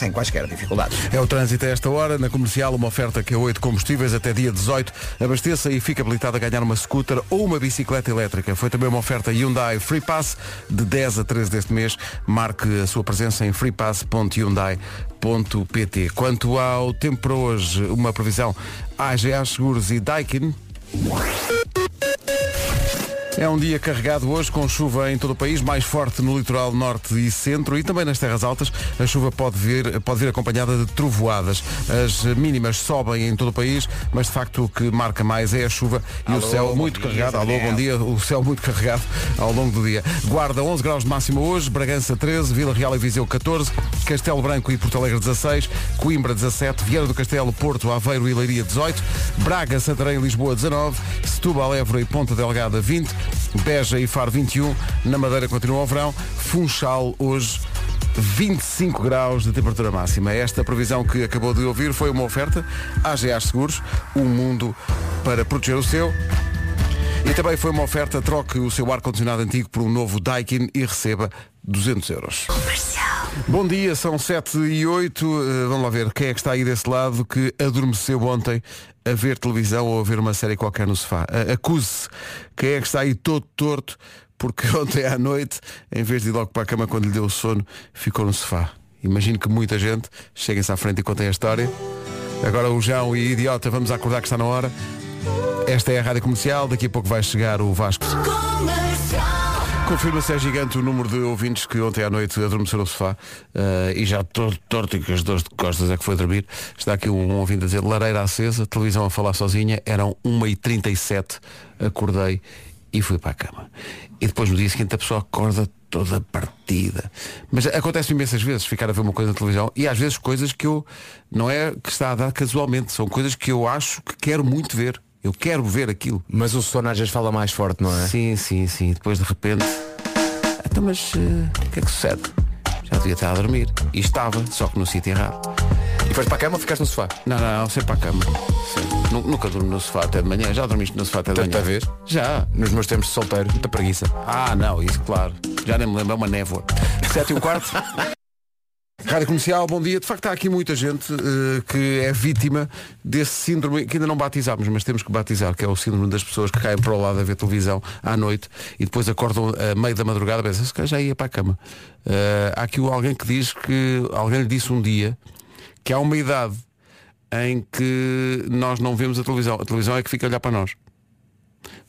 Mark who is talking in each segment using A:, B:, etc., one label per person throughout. A: sem quaisquer dificuldades.
B: É o trânsito a esta hora, na comercial, uma oferta que é 8 combustíveis até dia 18. Abasteça e fica habilitado a ganhar uma scooter ou uma bicicleta elétrica. Foi também uma oferta Hyundai Free Pass de 10 a 13 deste mês. Marque a sua presença em freepass.hyundai.pt. Quanto ao tempo para hoje, uma previsão AGA Seguros e Daikin. É um dia carregado hoje com chuva em todo o país, mais forte no litoral norte e centro e também nas terras altas. A chuva pode vir, pode vir acompanhada de trovoadas. As mínimas sobem em todo o país, mas de facto o que marca mais é a chuva e o
A: Alô,
B: céu
A: bom
B: muito
A: dia,
B: carregado. Alô, bom
A: Daniel.
B: dia. O céu muito carregado ao longo do dia. Guarda 11 graus de máximo hoje, Bragança 13, Vila Real e Viseu 14, Castelo Branco e Porto Alegre 16, Coimbra 17, Vieira do Castelo, Porto, Aveiro e Leiria 18, Braga, Santarém e Lisboa 19, Setúbal, Évora e Ponta Delgada 20, Beja e Faro 21, na Madeira continua o verão, Funchal hoje 25 graus de temperatura máxima. Esta previsão que acabou de ouvir foi uma oferta AGA Seguros, um mundo para proteger o seu. E também foi uma oferta, troque o seu ar-condicionado antigo por um novo Daikin e receba 200 euros. Bom dia, são 7 e 8. Eh, vamos lá ver quem é que está aí desse lado que adormeceu ontem a ver televisão ou a ver uma série qualquer no sofá. A- Acuse-se quem é que está aí todo torto porque ontem à noite, em vez de ir logo para a cama quando lhe deu o sono, ficou no sofá. Imagino que muita gente cheguem-se à frente e contem a história. Agora o João e Idiota, vamos acordar que está na hora. Esta é a Rádio Comercial, daqui a pouco vai chegar o Vasco. Confirma-se é gigante o número de ouvintes que ontem à noite adormeceram no sofá eh, e já todo torto e com as dores de costas é que foi dormir. Está aqui um, um ouvinte a dizer lareira acesa, televisão a falar sozinha, eram 1h37, acordei e fui para a cama. E depois no dia seguinte a pessoa acorda toda partida. Mas acontece imensas vezes ficar a ver uma coisa na televisão e às vezes coisas que eu não é que está a dar casualmente, são coisas que eu acho que quero muito ver. Eu quero ver aquilo.
C: Mas o sono às vezes fala mais forte, não é?
B: Sim, sim, sim. Depois de repente. Então, mas eh, o que é que sucede? Já devia estar a dormir. E estava, só que no sítio errado.
C: E foste para a cama ou ficaste no sofá?
B: Não, não, não, sempre para a cama. Sempre. Nu- Nunca durmo no sofá até de manhã. Já dormiste no sofá até de manhã?
C: Tanta vez?
B: Já.
C: Nos meus tempos de solteiro, muita preguiça.
B: Ah, não, isso claro. Já nem me lembro, é uma névoa. 7 e um quarto. Rádio Comercial, bom dia. De facto há aqui muita gente eh, que é vítima desse síndrome que ainda não batizámos, mas temos que batizar, que é o síndrome das pessoas que caem para o lado a ver televisão à noite e depois acordam a meio da madrugada e pensam, "Esse cara já ia para a cama. Eh, há aqui alguém que diz que alguém lhe disse um dia que há uma idade em que nós não vemos a televisão. A televisão é que fica a olhar para nós.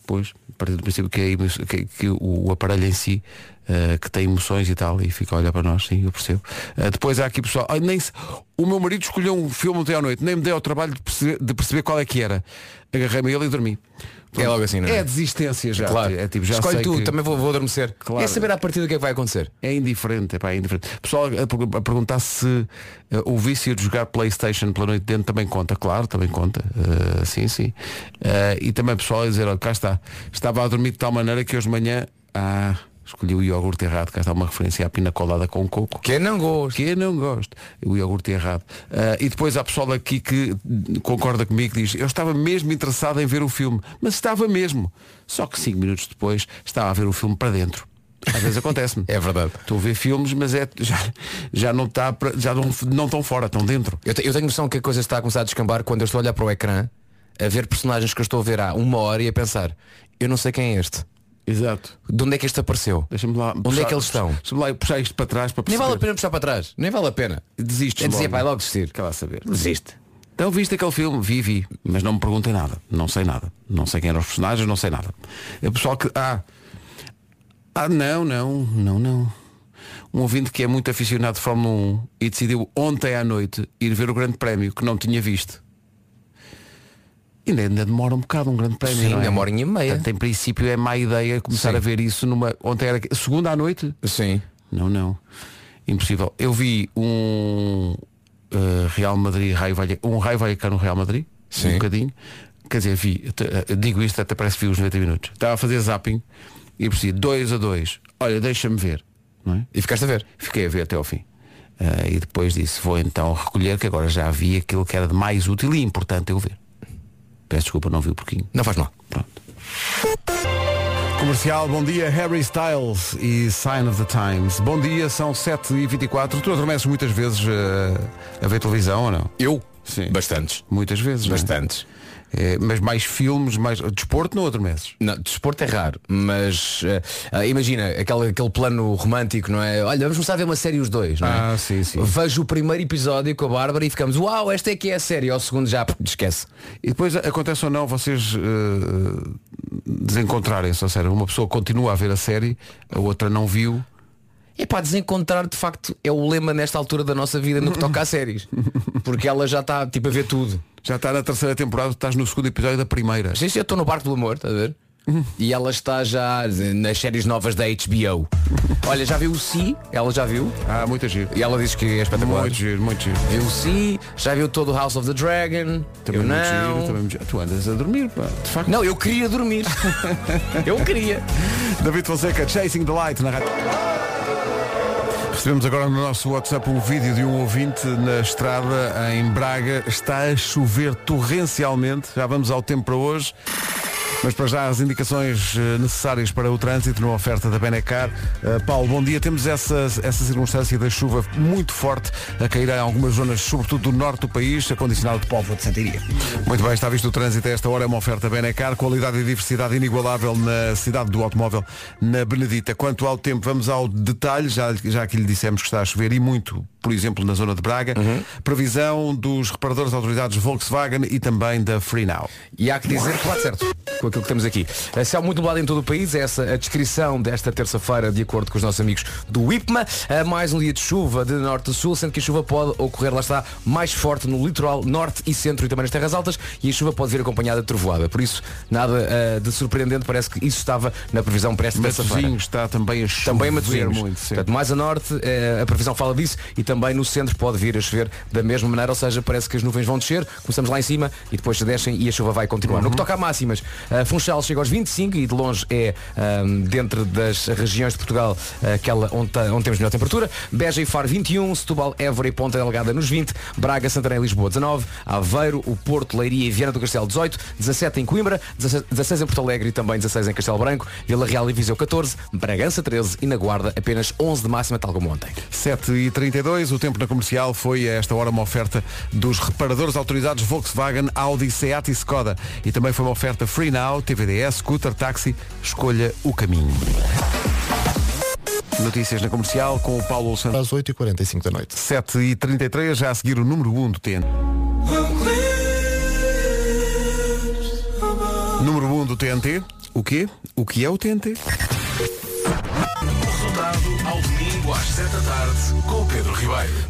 B: Pois, a partir do princípio que, é emo- que, que o, o aparelho em si, eh, que tem emoções e tal, e fica a olhar para nós, sim, eu percebo. Eh, depois há aqui pessoal, "Ai, nem se- o meu marido escolheu um filme ontem à noite, nem me deu o trabalho de perceber, de perceber qual é que era. Agarrei-me a ele e dormi. Pronto.
C: logo assim, não é?
B: É desistência já.
C: Claro.
B: É tipo, já
C: Escolhe
B: sei
C: tu,
B: que-
C: também vou, vou adormecer.
B: Claro.
C: É saber à partida o que é que vai acontecer.
B: é indiferente, epá, é indiferente. Pessoal a, pergu- a perguntar se eh, o vício de jogar Playstation pela noite dentro também conta, claro, também conta. Eh, sim, sim. Eh, e também pessoal a dizer, olha, cá está. Estava a dormir de tal maneira que hoje de manhã. Ah, escolhi o iogurte errado, cá está uma referência à pina colada com coco.
C: Que não gosto.
B: Que eu não gosto. O iogurte errado. Ah, e depois há pessoal aqui que hum, concorda comigo diz, eu estava mesmo interessado em ver o filme, mas estava mesmo. Só que cinco minutos depois estava a ver o filme para dentro. Às vezes acontece-me.
C: É verdade.
B: Estou a ver filmes, mas é, já, já não está pra- já não, não estão fora, estão dentro.
C: Eu, te- eu tenho noção que a coisa está a começar a descambar quando eu estou a olhar para o ecrã, a ver personagens que eu estou a ver há uma hora e a pensar, eu não sei quem é este.
B: Exato.
C: De onde é que este apareceu?
B: Deixa-me lá. Onde
C: é que eles estão?
B: Deixa-me lá puxar isto para trás para
C: Nem
B: perceber.
C: vale a pena puxar para trás. Nem vale a pena.
B: Desistes
C: É dizer,
B: logo.
C: vai logo desistir.
B: Quer lá saber.
C: Desiste.
B: Então viste aquele filme? Vi, vi. Mas não me perguntem nada. Não sei nada. Não sei quem eram os personagens, não sei nada. É o pessoal que. Ah, ah não, não, não, não. Um ouvinte que é muito aficionado de Fórmula 1 e decidiu ontem à noite ir ver o Grande Prémio que não tinha visto. E ainda, ainda demora um bocado um grande prémio.
C: Sim,
B: não é?
C: ainda uma horinha e meia.
B: Portanto, em princípio é má ideia começar
C: Sim.
B: a ver isso numa. Ontem era. Segunda à noite?
C: Sim.
B: Não, não. Impossível. Eu vi um eh, Real Madrid, Raio Vallecano, um Raio Vallecano Real Madrid,
C: Sim.
B: um bocadinho. Quer dizer, vi, eu te- eh, eu digo isto até parece que vi os 90 minutos. Estava a fazer zapping e percebi 2 a 2. Olha, deixa-me ver. Não é?
C: E ficaste a ver.
B: Fiquei a ver até ao fim. Eh, e depois disse, vou então recolher, que agora já vi aquilo que era de mais útil e importante eu ver. Peço desculpa, não vi o porquinho.
C: Não faz mal.
B: Pronto. Comercial, bom dia, Harry Styles e Sign of the Times. Bom dia, são 7h24. Tu adormeces muitas vezes eh, a ver televisão ou não?
C: Eu?
B: Sim.
C: Bastantes.
B: Muitas vezes, não é?
C: Bastantes.
B: É, mas mais filmes, mais. Desporto não adormeces?
C: Não, desporto é raro, mas eh, ah, imagina aquele, aquele plano romântico, não é? Olha, vamos começar a ver uma série os dois, não é?
B: Ah, sim, sim.
C: Vejo o primeiro episódio com a Bárbara e ficamos, uau, esta é que é a série, ao segundo já pff, esquece.
B: E depois acontece ou não vocês eh, desencontrarem-se, ou seja, uma pessoa continua a ver a série, a outra não viu.
C: É pá, desencontrar de facto é o lema nesta altura da nossa vida no que toca a séries. Porque ela já está tipo a ver tudo.
B: Já está na terceira temporada, estás no segundo episódio da primeira.
C: Sim, sim, eu estou no barco do amor, estás a ver? E ela está já nas séries novas da HBO. Olha, já viu o Si, ela já viu.
B: Ah, muito giro.
C: E ela diz que é espetacular.
B: Muito giro, muito giro.
C: Viu o Si, já viu todo o House of the Dragon. eu
B: Também é muito
C: não.
B: giro, também muito giro. Tu andas a dormir, pá. De facto.
C: Não, eu queria dormir. eu queria.
B: David Fonseca, Chasing the Light na rádio. Recebemos agora no nosso WhatsApp um vídeo de um ouvinte na estrada em Braga. Está a chover torrencialmente. Já vamos ao tempo para hoje. Mas para já as indicações eh, necessárias para o trânsito numa oferta da Benecar. Eh, Paulo, bom dia. Temos essa, essa circunstância da chuva muito forte a cair em algumas zonas, sobretudo do norte do país, acondicionado de povo de Santiria. Muito bem, está visto o trânsito a esta hora. É uma oferta Benecar, qualidade e diversidade inigualável na cidade do automóvel, na Benedita. Quanto ao tempo, vamos ao detalhe, já, já que lhe dissemos que está a chover e muito, por exemplo, na zona de Braga. Previsão dos reparadores autorizados Volkswagen e também da Free Now.
C: E há que dizer que bate certo com aquilo que temos aqui. A Céu muito nublado em todo o país, essa é a descrição desta terça-feira, de acordo com os nossos amigos do IPMA. Há mais um dia de chuva de norte a sul, sendo que a chuva pode ocorrer, lá está, mais forte no litoral norte e centro e também nas terras altas, e a chuva pode vir acompanhada de trovoada. Por isso, nada ah, de surpreendente, parece que isso estava na previsão para esta terça-feira.
B: Matosinhos está também a chover
C: Também em Matosinhos.
B: muito. sim.
C: Portanto, mais a norte, eh, a previsão fala disso e também no centro pode vir a chover da mesma maneira, ou seja, parece que as nuvens vão descer, começamos lá em cima e depois descem e a chuva vai continuar.
B: Uhum.
C: No que toca a máximas, eh, Funchal chega aos 25 e de longe é ahm, dentro das regiões de Portugal eh, aquela onde, ta- onde temos melhor temperatura. Beja e Faro 21, Setúbal, Évora e Ponta Delgada nos 20, Braga, Santarém e Lisboa 19, Aveiro, o Porto, Leiria e Viana do Castelo 18, 17 em Coimbra, 16, 16 em Porto Alegre e também 16 em Castelo Branco, Vila Real e Viseu 14, Bragança 13 e na Guarda apenas 11 de máxima, tal como ontem.
B: 7h32, o tempo na comercial foi a esta hora uma oferta dos reparadores autorizados Volkswagen, Audi, Seat e Skoda. E também foi uma oferta Free Now, TVDS, Scooter, Taxi, escolha o caminho. Notícias na comercial com o Paulo Santos.
A: às 8h45 da noite.
B: 7h33, já a seguir o número 1 do TNT. Número 1 do TNT. O quê? O que é o TNT?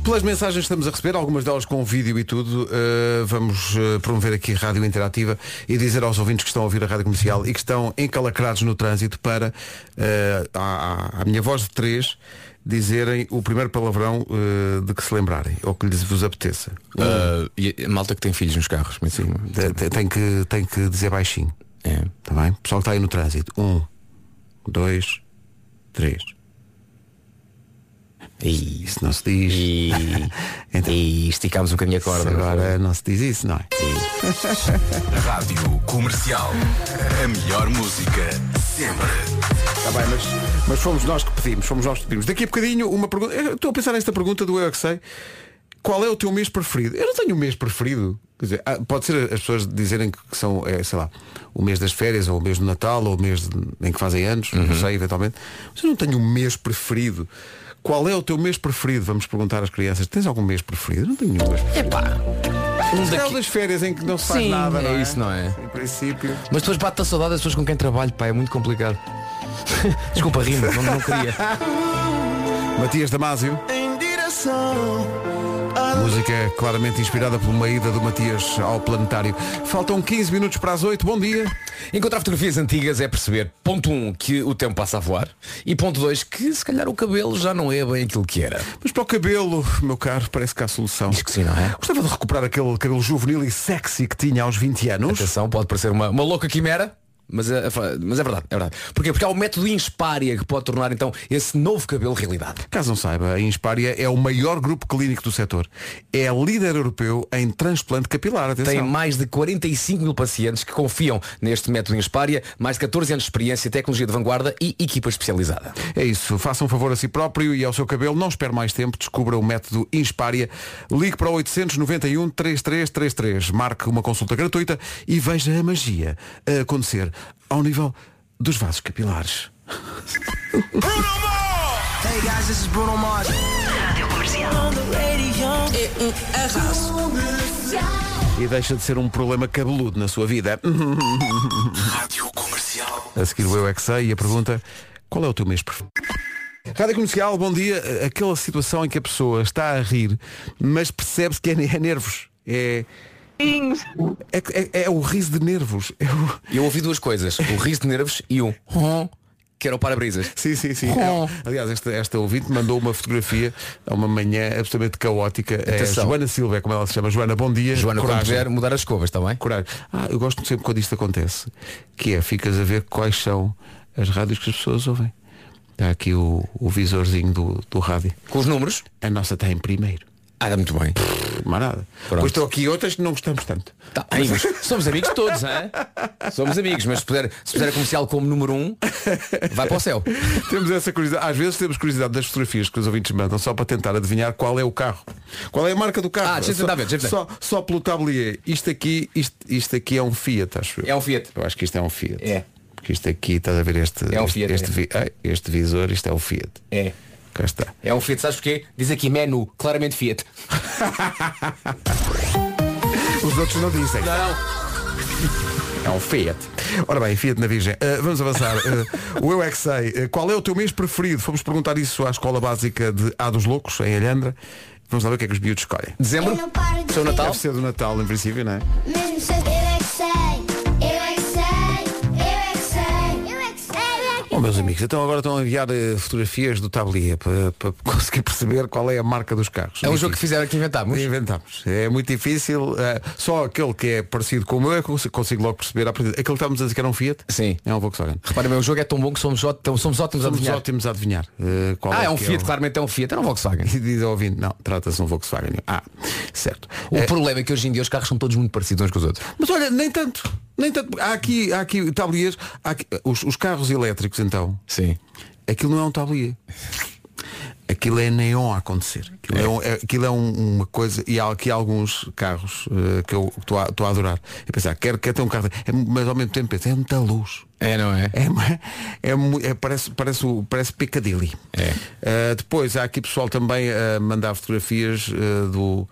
B: Pelas mensagens que estamos a receber, algumas delas com vídeo e tudo, uh, vamos uh, promover aqui a Rádio Interativa e dizer aos ouvintes que estão a ouvir a Rádio Comercial e que estão encalacrados no trânsito para, uh, à, à- à minha voz de três, dizerem o primeiro palavrão uh, de que se lembrarem, ou que lhes vos apeteça.
C: Ah, malta que tem filhos nos carros, mas sim.
B: Te- te- Tem que, tem que dizer baixinho.
C: É.
B: Tá bem? Pessoal que está aí no trânsito. Um, dois, três. Isso não se diz.
C: E,
B: Então,
C: e esticámos um bocadinho a corda.
B: agora não se diz isso, não é?
D: Rádio Comercial. A melhor música sempre.
B: Tá bem, mas, mas fomos nós que pedimos, fomos nós que pedimos. Daqui a bocadinho uma pergunta. eu Estou a pensar nesta pergunta do Eu é que sei. Qual é o teu mês preferido? Eu não tenho um mês preferido. Quer dizer, ah, pode ser as pessoas dizerem que são, é, sei lá, o mês das férias, ou o mês do Natal, ou o mês de- em que fazem anos, não
C: Uhum.
B: sei, eventualmente. Mas eu não tenho um mês preferido. Qual é o teu mês preferido? Vamos perguntar às crianças. Tens algum mês preferido? Eu não tenho nenhum mês preferido.
C: Um
B: É o
C: daqui...
B: das férias em que não se faz
C: Sim,
B: nada, não
C: é
B: é?
C: isso, não é?
B: Em princípio.
C: Mas depois bate a saudade das pessoas com quem trabalho, pá, é muito complicado. Desculpa, rimo, não, não queria.
B: Matias Damasio.
D: Em direção
B: Música claramente inspirada por uma ida do Matias ao planetário. Faltam 15 minutos para as 8. Bom dia.
C: Encontrar fotografias antigas é perceber, ponto 1, um, que o tempo passa a voar e ponto 2, que se calhar o cabelo já não é bem aquilo que era.
B: Mas para o cabelo, meu caro, parece que há solução.
C: Diz que sim, não é?
B: Gostava de recuperar aquele cabelo juvenil e sexy que tinha aos 20 anos.
C: Atenção, pode parecer uma, uma louca quimera, Mas, a- a fa- mas é verdade, é verdade. Porquê? Porque há o método Inspária que pode tornar então esse novo cabelo realidade.
B: Caso não saiba, a Inspária é o maior grupo clínico do setor. É líder europeu em transplante capilar. Atenção.
C: Tem mais de 45 mil pacientes que confiam neste método Inspária, mais de 14 anos de experiência, tecnologia de vanguarda e equipa especializada.
B: É isso, faça um favor a si próprio e ao seu cabelo, não espere mais tempo, descubra o método Inspária. Ligue para o 891 3333, marque uma consulta gratuita e veja a magia a acontecer ao nível dos vasos capilares.
A: É um arraso.
B: E deixa de ser um problema cabeludo na sua vida.
D: Rádio Comercial.
B: A seguir o Eu é que sei e a pergunta, qual é o teu mês preferido? Rádio Comercial, bom dia. Aquela situação em que a pessoa está a rir, mas percebe-se que é, é nervos. É, é, é- é o riso de nervos. É o-
C: Eu ouvi duas coisas, o riso de nervos e um ron, que era o para-brisas.
B: Sim, sim, sim.
C: Oh.
B: É, Aliás, esta, esta ouvinte mandou uma fotografia a uma manhã absolutamente caótica. É
C: Atenção.
B: Joana Silva, é como ela se chama. Joana, bom dia.
C: Joana, quando
B: coragem.
C: puder mudar as escovas, está bem?
B: coragem. Ah, eu gosto sempre quando isto acontece, que é, ficas a ver quais são as rádios que as pessoas ouvem. Está aqui o, o visorzinho do, do rádio.
C: Com os números?
B: A nossa está em primeiro.
C: Ah, dá muito bem.
B: Mais nada.
C: Pronto.
B: Pois estão aqui outras que não gostamos tanto.
C: Tá, amigos. Somos amigos todos, hein? Somos amigos, mas se puder, se puder a comercial como número um, vai para o céu.
B: Temos essa curiosidade. Às vezes temos curiosidade das fotografias que os ouvintes mandam só para tentar adivinhar qual é o carro. Qual é a marca do carro?
C: Ah, deixa eu
B: só,
C: tentar ver, deixa eu tentar.
B: só, só pelo tablier. Isto aqui, isto, isto aqui é um Fiat, acho eu.
C: É um Fiat.
B: Eu acho que isto é um Fiat.
C: É.
B: Porque isto aqui, estás a ver este,
C: É um
B: este,
C: Fiat, é.
B: este vi- ai, este visor, isto é o Fiat.
C: É.
B: Cá está.
C: É um Fiat, sabes porquê? Diz aqui menu, claramente Fiat.
B: Os outros não dizem. É um Fiat. Ora bem, Fiat na Virgem. Ah, vamos avançar. Ah, o Eu É Que Sei. Ah, qual é o teu mês preferido? Fomos perguntar isso à Escola Básica de A dos Loucos, em Alhandra. Vamos lá ver o que é que os miúdos escolhem.
C: Dezembro?
E: Eu não paro de
C: Seu
E: rir.
C: Natal?
B: Deve ser do Natal, em princípio, não é?
E: Mesmo sem eu é que sei, eu é que sei, eu é que sei, eu é que sei.
B: Bom, meus amigos, então agora estão a enviar eh, fotografias do tablier para, para conseguir perceber qual é a marca dos carros.
C: É um jogo que fizeram, que inventámos.
B: Inventamos. É muito difícil. eh, só aquele que é parecido com o meu é que consigo, consigo logo perceber. à partida. Aquele que estávamos a dizer que era um Fiat?
C: Sim.
B: É um Volkswagen.
C: Repara bem, o jogo é tão bom que somos, ót- somos ótimos a
B: Estamos
C: adivinhar.
B: ótimos a adivinhar. eh, qual
C: Ah, é um
B: que
C: Fiat,
B: o-
C: claramente é um Fiat, era um Volkswagen.
B: E diz ao ouvinte, não, trata-se de um Volkswagen. Ah, certo. Eh,
C: O problema é que hoje em dia os carros são todos muito parecidos uns com os outros.
B: Mas olha, nem tanto. Nem tanto. Há aqui, há aqui tabliers. há aqui- eh, os, os carros elétricos, então,
C: Sim.
B: aquilo não é um tablier. Aquilo é neon a acontecer. Aquilo é, um- é- aquilo é um- uma coisa. E há aqui alguns carros eh, que eu estou a, estou a adorar. E pensar, quero, quero ter um carro. de- É, mas ao mesmo tempo penso, é muita luz.
C: É, não é?
B: É, mu- é mu- é- parece, parece, o- parece Piccadilly.
C: É.
B: Uh, depois há aqui pessoal também a mandar fotografias uh, do,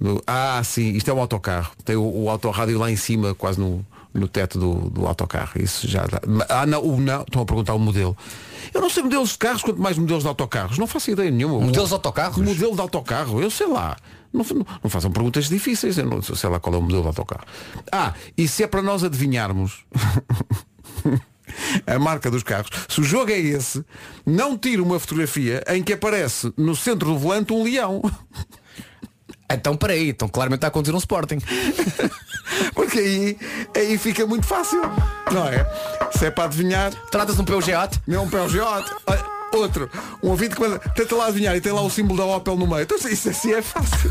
B: do- Ah, sim, isto é um autocarro. Tem o, o autorrádio lá em cima, quase no, no teto do, do autocarro. Isso já dá. Ma- Ah, não, o não, estão a perguntar o modelo. Eu não sei modelos de carros, quanto mais modelos de autocarros. Não faço ideia nenhuma.
C: Modelos Um de
B: O-
C: autocarros?
B: Um Modelo de autocarro, eu sei lá. Não, fa- não- não façam perguntas difíceis, eu não sei lá qual é o modelo de autocarro. Ah, e se é para nós adivinharmos a marca dos carros, se o jogo é esse, não tire uma fotografia em que aparece no centro do volante um leão.
C: Então peraí, então claramente está a conduzir um Sporting.
B: Porque aí, aí fica muito fácil. Não é? Se é para adivinhar,
C: Trata-se de um Peugeot.
B: não é um pé geote. Olha, Outro, um ouvinte que manda, tenta lá adivinhar e tem lá o símbolo da Opel no meio. Então isso assim é fácil.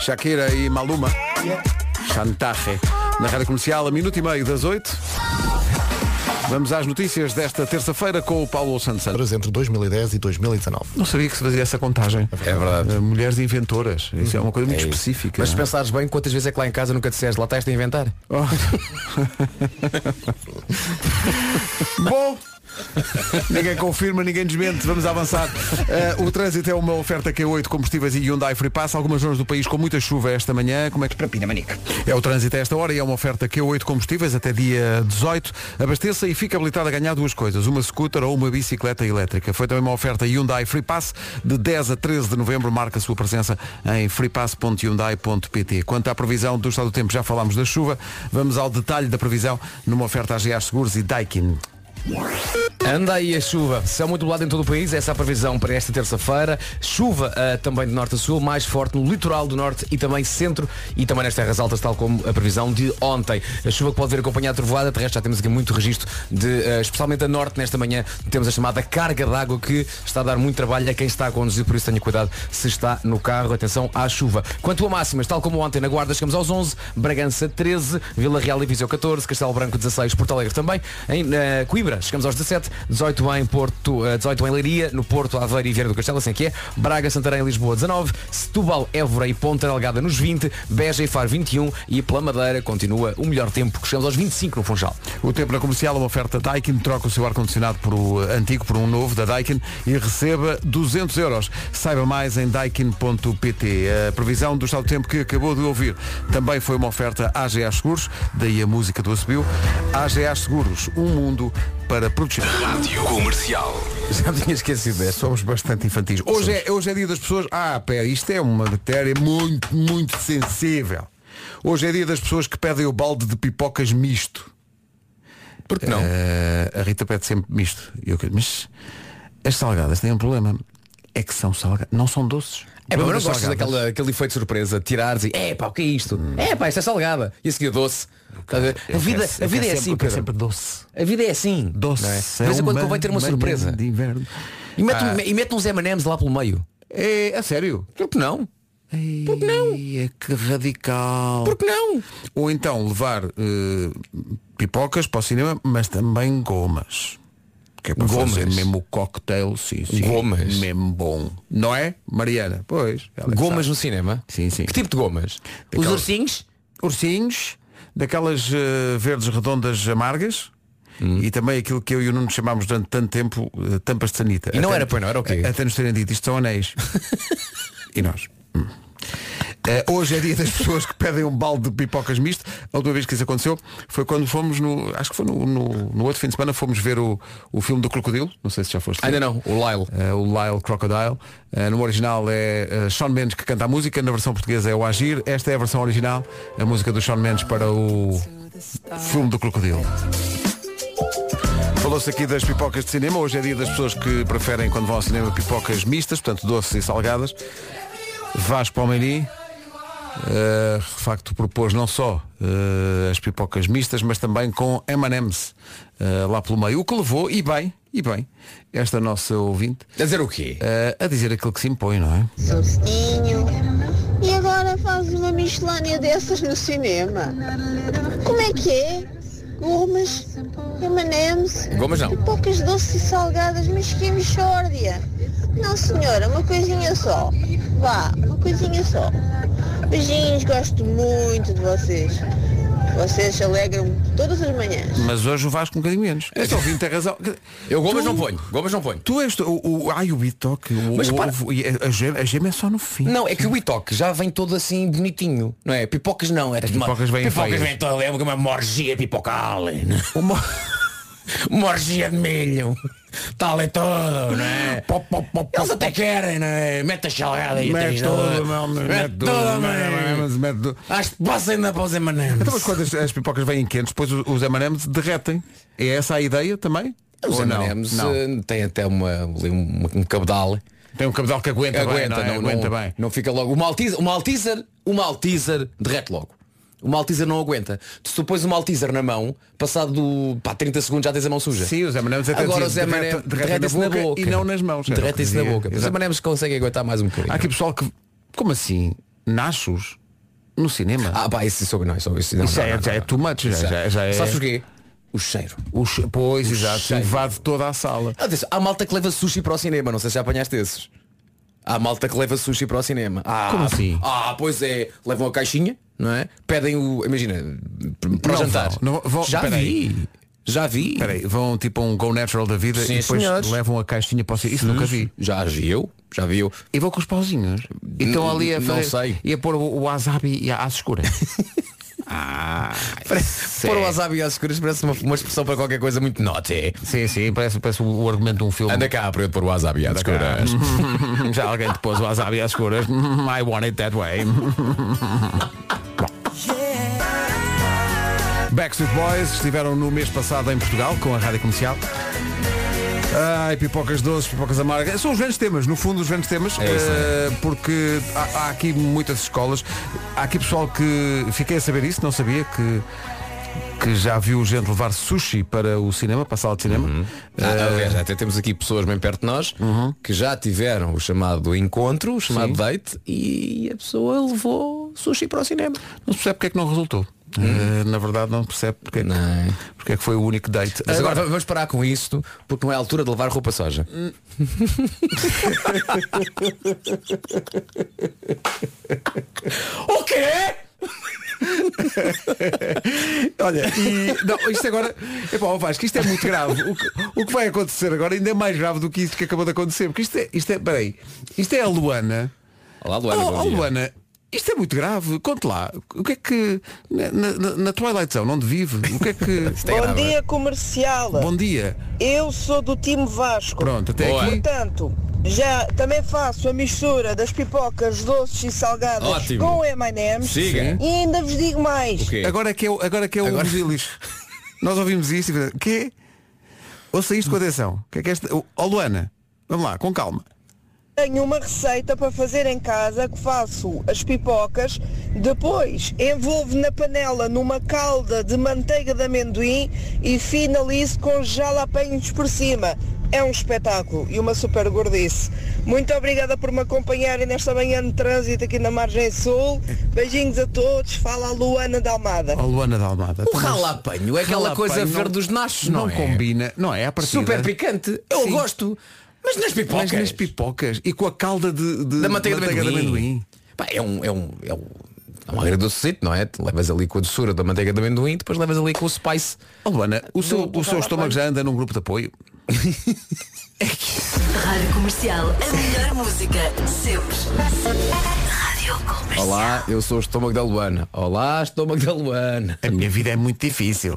B: Shakira e Maluma. Chantaje. Na rádio comercial, a minuto e meio das oito. Vamos às notícias desta terça-feira com o Paulo Santos. Santos.
F: entre 2010 e 2019.
B: Não sabia que se fazia essa contagem.
C: É verdade.
B: Eh, Mulheres inventoras. Isso é uma coisa muito específica.
C: Mas se
B: não é?
C: pensares bem, quantas vezes é que lá em casa nunca disseste, lá estás a inventar?
B: Bom! ninguém confirma, ninguém desmente, vamos avançar. Eh, o trânsito é uma oferta Q8 combustíveis e Hyundai Free Pass. Algumas zonas do país com muita chuva esta manhã. Como é que para Pinamanica? É o trânsito a esta hora e é uma oferta Q8 combustíveis até dia 18. Abasteça e fica habilitado a ganhar duas coisas, uma scooter ou uma bicicleta elétrica. Foi também uma oferta Hyundai Free Pass de 10 a 13 de novembro. Marca a sua presença em freepass.hyundai.pt. Quanto à previsão do estado do tempo, já falámos da chuva. Vamos ao detalhe da previsão numa oferta AGA Seguros e Daikin.
C: Anda aí a chuva. São muito lado em todo o país. Essa é a previsão para esta terça-feira. Chuva ah, também de norte a sul, mais forte no litoral do norte e também centro e também nas terras altas, tal como a previsão de ontem. A chuva que pode vir acompanhada de trovoada. De resto, já temos aqui muito registro de, ah, especialmente a norte, nesta manhã, temos a chamada carga d'água que está a dar muito trabalho a quem está a conduzir. Por isso, tenha cuidado se está no carro. Atenção à chuva. Quanto a máximas, tal como ontem na Guarda, chegamos aos 11. Bragança 13, Vila Real e Viseu 14, Castelo Branco 16, Porto Alegre também. Em eh, Coimbra, chegamos aos 17, 18 em Porto, eh, 18 em Leiria, no Porto, Aveiro e Vieira do Castelo, assim que é. Braga, Santarém e Lisboa 19, Setúbal, Évora e Ponta Delgada nos 20, Beja e Faro 21 e pela Madeira continua o melhor tempo, que chegamos aos 25 no Funchal.
B: O tempo na comercial, uma oferta Daikin, troca o seu ar-condicionado por o antigo, por um novo da Daikin e receba 200 euros. Saiba mais em daikin.pt. A previsão do estado do tempo que acabou de ouvir também foi uma oferta AGA Seguros, daí a música do Assobio. AGA Seguros, um mundo para proteger.
D: Rádio Comercial.
C: Já me tinha esquecido desta.
B: Somos bastante infantis. Hoje é, hoje é dia das pessoas. Ah, pera, isto é uma matéria muito, muito sensível. Hoje é dia das pessoas que pedem o balde de pipocas misto.
C: Porque não?
G: É.
B: Eh, a Rita pede sempre misto. E Eu, quero- mas as salgadas têm um problema. É que são salgadas. Não são doces.
C: É, mas
B: Não
C: não
B: das
C: gostas
B: salgadas.
C: daquela, aquele efeito de surpresa, tirares e é pá, o que é isto? É pá, isto é salgada. E a seguir doce. Estás a ver? A
B: Eu
C: vida,
B: quero-
C: a
B: eu
C: vida é
B: quero sempre-
C: assim,
B: eu quero
C: Pedro.
B: sempre doce.
C: A vida é assim.
B: Doce.
C: não é? De
B: é
C: vez em quando
B: uma
C: convém ter uma
B: manhã
C: surpresa.
B: De inverno.
C: E mete,
B: Ah.
C: um- e mete uns M&M's lá pelo meio.
B: É, a sério.
C: Por que não?
B: Porque não? é Que radical.
C: Por que não?
B: Ou então levar eh, pipocas para o cinema, mas também gomas. Que é para
C: Gomas.
B: fazer mesmo o cocktail, sim, sim.
C: Gomas.
B: Mesmo bom. Não é, Mariana? Pois. ela é que
C: Gomas
B: sabe.
C: no cinema?
B: Sim, sim.
C: Que tipo de gomas?
B: Daquelas-
C: Os ursinhos?
B: Ursinhos, daquelas eh, verdes redondas amargas.
C: Hum.
B: E também aquilo que eu e o Nuno chamámos durante tanto tempo eh, tampas de sanita.
C: E não era, pois não, era o quê?
B: Até nos terem dito, isto são anéis. e nós. hum. Eh, hoje é dia das pessoas que pedem um balde de pipocas misto. A última vez que isso aconteceu foi quando fomos no. Acho que foi no, no- no outro fim de semana, fomos ver o, o filme do Crocodilo. Não sei se já foste. ver.
C: Ainda não, o Lyle.
B: Eh, o Lyle Crocodile. Eh, no original é eh, Sean Mendes que canta a música, na versão portuguesa é o Agir. Esta é a versão original, a música do Sean Mendes para o filme do Crocodilo. Falou-se aqui das pipocas de cinema. Hoje é dia das pessoas que preferem, quando vão ao cinema, pipocas mistas, portanto doces e salgadas. Vasco Palmeirim, eh, de facto, propôs não só eh, as pipocas mistas, mas também com M&M's eh, lá pelo meio. O que levou, e bem, e bem, esta nossa ouvinte,
C: A dizer o quê?
B: eh, a dizer aquilo que se impõe, não é?
A: E agora fazes uma miscelânea dessas no cinema. Como é que é? Gomas, M&M's,
C: Gomas não.
A: pipocas doces e salgadas, mas que mixórdia. Não senhora, uma coisinha só. Vá, Ah, uma coisinha só. Beijinhos, gosto muito de vocês. Vocês alegram-me todas as manhãs.
B: Mas hoje o Vasco um bocadinho menos. Este ouvinte tem razão.
C: Eu gomas
B: Tu-
C: não ponho. Gomas não ponho.
B: Tu és tu- o, o, ai, o bitoque, o,
C: Mas
B: o
C: repara-
B: ovo, e a, a gema, a gema é só no fim.
C: Não, é que o Itoque já vem todo assim bonitinho, não é? Pipocas não, era
B: pipocas vêm
C: Pipocas
B: feias.
C: vêm toda, é uma morgia pipocal. é? Uma... morgia de milho. Tal é todo, não é? Eles até querem, não é? Mete a chalgada e
B: Mete
C: tens
B: tudo,
C: toda.
B: meu,
C: Mete tudo,
B: M&M's,
C: meu.
B: mete tudo.
C: Acho que passa ainda para os M&M's.
B: Então, mas quando as, as pipocas vêm quentes, depois os- os M&M's derretem. É essa a ideia também?
C: Os
B: Ou não?
C: M&M's
B: Não.
C: eh, têm até uma, ali um, um cabedal.
B: Tem um cabedal que aguenta,
C: aguenta,
B: bem, não, é?
C: não,
B: aguenta
C: não-
B: bem.
C: não fica logo. O Malteser, o Malteser, o Malteser derrete logo. O Malteser não aguenta. Se tu pões o Malteser na mão, passado do, pá, 30 segundos já tens a mão suja.
B: Sim, os M&M's até
C: Agora
B: diziam,
C: os M&M's
B: é derrete- derretem
C: derretem-se na, boca
B: e não nas mãos, era o que
C: Derretem-se na
B: dizia.
C: boca. Os
B: Exato.
C: M&M's conseguem aguentar mais um bocadinho.
B: Há aqui pessoal que. Como assim? Nachos? No cinema?
C: Ah pá, isso, isso não é só isso. Não,
B: Isso
C: não,
B: já é-
C: não,
B: já
C: não,
B: é
C: não.
B: too much, já-
C: Isso
B: já- já é-
C: Sabes porquê? O cheiro.
B: O che- Pois, exato.
C: cheiro.
B: Invade toda a sala.
C: Atenção, há malta que leva sushi para o cinema, não sei se já apanhaste esses. Há malta que leva sushi para o cinema. Ah,
B: Como assim?
C: Ah, pois é, levam a caixinha, não é? Pedem o. Imagina, p- para o
B: Não
C: jantar.
B: vão, não vão-
C: já
B: peraí.
C: vi. Já vi.
B: Espera aí, vão tipo a um Go Natural da vida
C: Sim,
B: e depois
C: senhores.
B: levam a caixinha para o cinema. Isso nunca vi.
C: Já vi eu, já vi eu.
B: E vou com os pauzinhos. E estão
C: Não-
B: ali a
C: não
B: fazer.
C: sei.
B: E a pôr o, o wasabi e a- às escuras.
C: Pôr o wasabi às escuras parece uma, uma expressão para qualquer coisa muito naughty.
B: sim, sim, parece, parece o argumento de um filme.
C: Anda cá para eu te pôr o wasabi às escuras.
B: Já alguém te pôs o wasabi às escuras. I want it that way. Backstreet Boys estiveram no mês passado em Portugal com a Rádio Comercial. Ai, pipocas doces, pipocas amargas. São os grandes temas, no fundo, os grandes
C: É
B: temas. eh, porque há, há aqui muitas escolas. Há aqui pessoal que. Fiquei a saber isso, não sabia que. Que já viu gente levar sushi para o cinema, para a sala de cinema.
C: Ah, aliás, até temos aqui pessoas bem perto de nós que já tiveram o chamado encontro, o chamado date, e a pessoa levou sushi para o cinema.
B: Não se percebe porque é que não resultou. Eh, na verdade, não percebe porque é, que,
C: Uhum. Não.
B: porque é que foi o único date.
C: Mas agora Hum, vamos parar com isso, porque não é a altura de levar roupa soja. o quê?
B: Olha, e, não, isto agora, epá, ó Vasco, isto é muito grave. O que, o que vai acontecer agora ainda é mais grave do que isto que acabou de acontecer. Porque isto é, isto é, peraí, isto é a Luana.
C: Olá,
B: Oh,
C: Luana. bom
B: oh,
C: dia.
B: Luana, isto é muito grave. Conte lá, o que é que na, na, na Twilight Zone, onde vive, o que é que.
C: Isto é
H: Bom
C: grave.
H: dia comercial.
B: Bom dia.
H: Eu sou do time Vasco.
B: Pronto, até
C: Boa.
B: aqui.
H: Portanto, já também faço a mistura das pipocas doces e salgadas
C: Ótimo.
H: com M&M's.
C: Siga.
H: E ainda vos digo mais.
C: O quê?
B: Agora é que é, o- agora é, que é o Virgílis. Nós ouvimos isto e fizemos, quê? Ouça isto com atenção. O que é que é esta- Oh, Luana, vamos lá, com calma.
H: Tenho uma receita para fazer em casa que faço as pipocas, depois envolvo na panela numa calda de manteiga de amendoim e finalizo com jalapenhos por cima. É um espetáculo e uma super gordice. Muito obrigada por me acompanharem nesta manhã de trânsito aqui na Margem Sul. Beijinhos a todos. Fala a Luana da Almada.
B: Oh, Luana da Almada.
C: O ralapanho é aquela coisa verde dos nachos, não, é?
B: combina, não é? A partida.
C: Super picante. Eu
B: Sim.
C: gosto. Mas nas pipocas.
B: Mas nas pipocas e com a calda de, de
C: da manteiga, de amendoim. Pá, é um. É um, é um é um agradocito, não é? Tu Levas ali com a doçura da manteiga de amendoim depois levas ali com o spice.
B: Oh, Luana, o seu,
H: do
B: o seu
H: ralapanho.
B: estômago já anda num grupo de apoio?
I: Rádio Comercial, a melhor música sempre. Rádio Comercial.
C: Olá, eu sou o estômago da Luana. Olá, estômago da Luana.
B: A minha vida é muito difícil.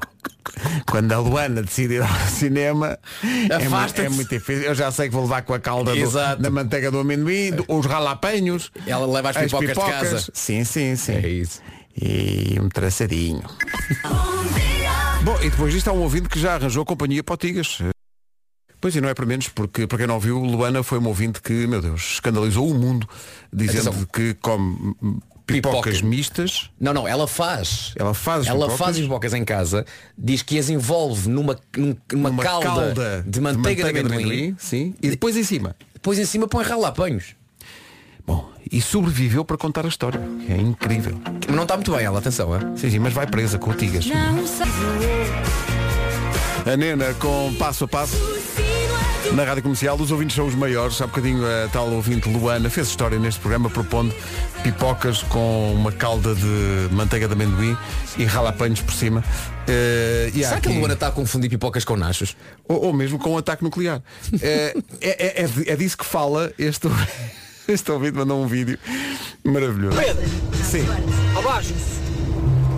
B: Quando a Luana decide ir ao cinema, é, mu-
C: Afasta-te.
B: é muito difícil. Eu já sei que vou levar com a calda do-
C: Exato.
B: da manteiga do amendoim, do- os ralapenhos.
C: Ela leva as pipocas de casa.
B: Sim, sim, sim.
C: É isso.
B: E um traçadinho. Bom, e depois disto há um ouvinte que já arranjou companhia para o Tigas. Pois e não é para menos, porque para quem não viu, Luana foi um ouvinte que, meu Deus, escandalizou o mundo, dizendo
C: Atenção.
B: que come hum, pipocas
C: Pipoca.
B: mistas.
C: Não, não, ela faz.
B: Ela faz as
C: Ela
B: pipocas?
C: faz as bocas em casa, diz que as envolve numa, num- numa,
B: Uma
C: calda, de manteiga, de amendoim,
B: sim, e depois em cima.
C: depois em cima põe ralapanhos.
B: Bom, e sobreviveu para contar a história. que É incrível.
C: Mas Não está muito bem ela, atenção, é?
B: Sim, sim, mas vai presa com o Tigas. A Nena com passo a passo.
E: é
B: Na rádio comercial, os ouvintes são os maiores. Há bocadinho a tal ouvinte Luana fez história neste programa propondo pipocas com uma calda de manteiga de amendoim e ralapanhos por cima. Eh, e há
C: Será que a
B: aqui-
C: Luana está a confundir pipocas com nachos?
B: ou, ou mesmo com um ataque nuclear. É, é, é, é- é disso que fala este, este ouvido mandou um vídeo maravilhoso.
J: Pedro,
B: Sim.
J: abaixo.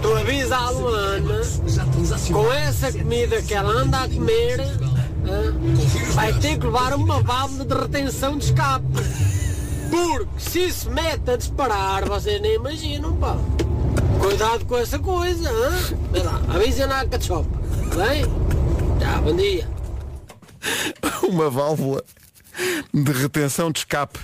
J: Tu avisa a Luana, com essa comida que ela anda a comer, hã, vai ter que levar uma válvula de retenção de escape. Porque se se mete a disparar, vocês nem imaginam, pá. Cuidado com essa coisa, hã? Vê lá, avisa na cachopa, bem? Tá, bom dia.
B: Uma válvula de retenção de escape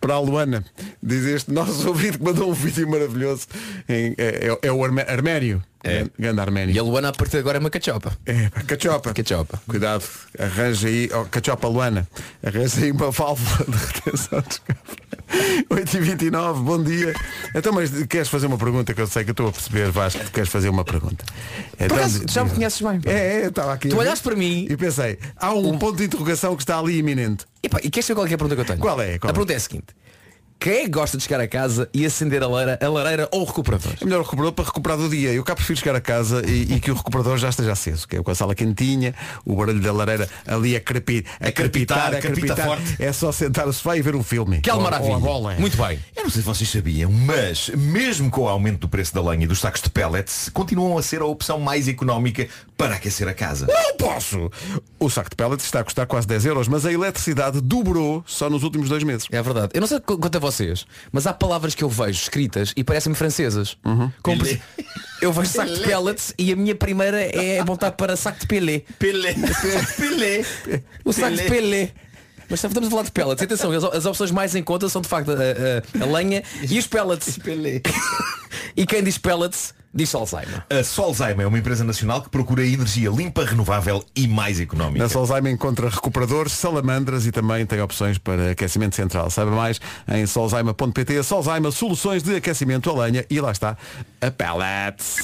B: para a Luana. Diz este nosso ouvido que mandou um vídeo maravilhoso. em- é, é- é o Arme- Arménio. É. Grande
C: E
B: Arménio.
C: a Luana a partir de agora é uma cachopa.
B: É, pá, cachopa.
C: Cachopa.
B: Cuidado, arranja aí, oh, cachopa Luana, arranja aí uma válvula de retenção de escape. 8h29, bom dia. Então, mas queres fazer uma pergunta que eu sei que eu estou a perceber, Vasco, que tu queres fazer uma pergunta. Então,
C: acaso, já me conheces bem.
B: É, é, eu estava aqui.
C: Tu
B: a ver
C: olhaste para mim-
B: E pensei, há um, ponto de interrogação que está ali iminente.
C: E, pá, e queres saber qual é que é a pergunta que eu tenho?
B: Qual é? Qual é?
C: a pergunta é a seguinte. Quem é que gosta de chegar a casa e acender a lareira, a lareira ou o recuperador?
B: É melhor o recuperador para recuperar do dia. Eu cá prefiro chegar a casa e, e que o recuperador já esteja aceso, que é com a sala quentinha, o barulho da lareira ali a, crepi, a, crepitar, a
G: crepita
B: crepitar.
G: forte.
B: É só sentar o sofá e ver um filme.
C: Que é
B: Ou- ou a
C: maravilha.
B: bola. é.
C: Muito bem.
G: Eu não sei se vocês sabiam, mas mesmo com o aumento do preço da lenha e dos sacos de pellets, continuam a ser a opção mais económica para aquecer a casa.
B: Não posso! O saco de pellets está a custar quase 10 euros, mas a eletricidade dobrou só nos últimos dois meses.
C: É verdade. Eu não sei qu- quanto a vocês, mas há palavras que eu vejo escritas e parecem-me francesas.
B: Uhum.
C: Como, por exemplo, eu vejo saco de pellets e a minha primeira é montar para saco de pelé.
G: Pelé. Pelé.
C: O saco de pelé. Mas estamos a falar de pellets. Atenção, as, as opções mais em conta são de facto a, a- a lenha e os pellets. E quem diz pellets diz Alzheimer.
G: A Solzheim é uma empresa nacional que procura energia limpa, renovável e mais económica.
B: Na Solzheim encontra recuperadores, salamandras e também tem opções para aquecimento central. Saiba mais em solzheimer.pt. Solzheimer, soluções de aquecimento a lenha e lá está a pellets.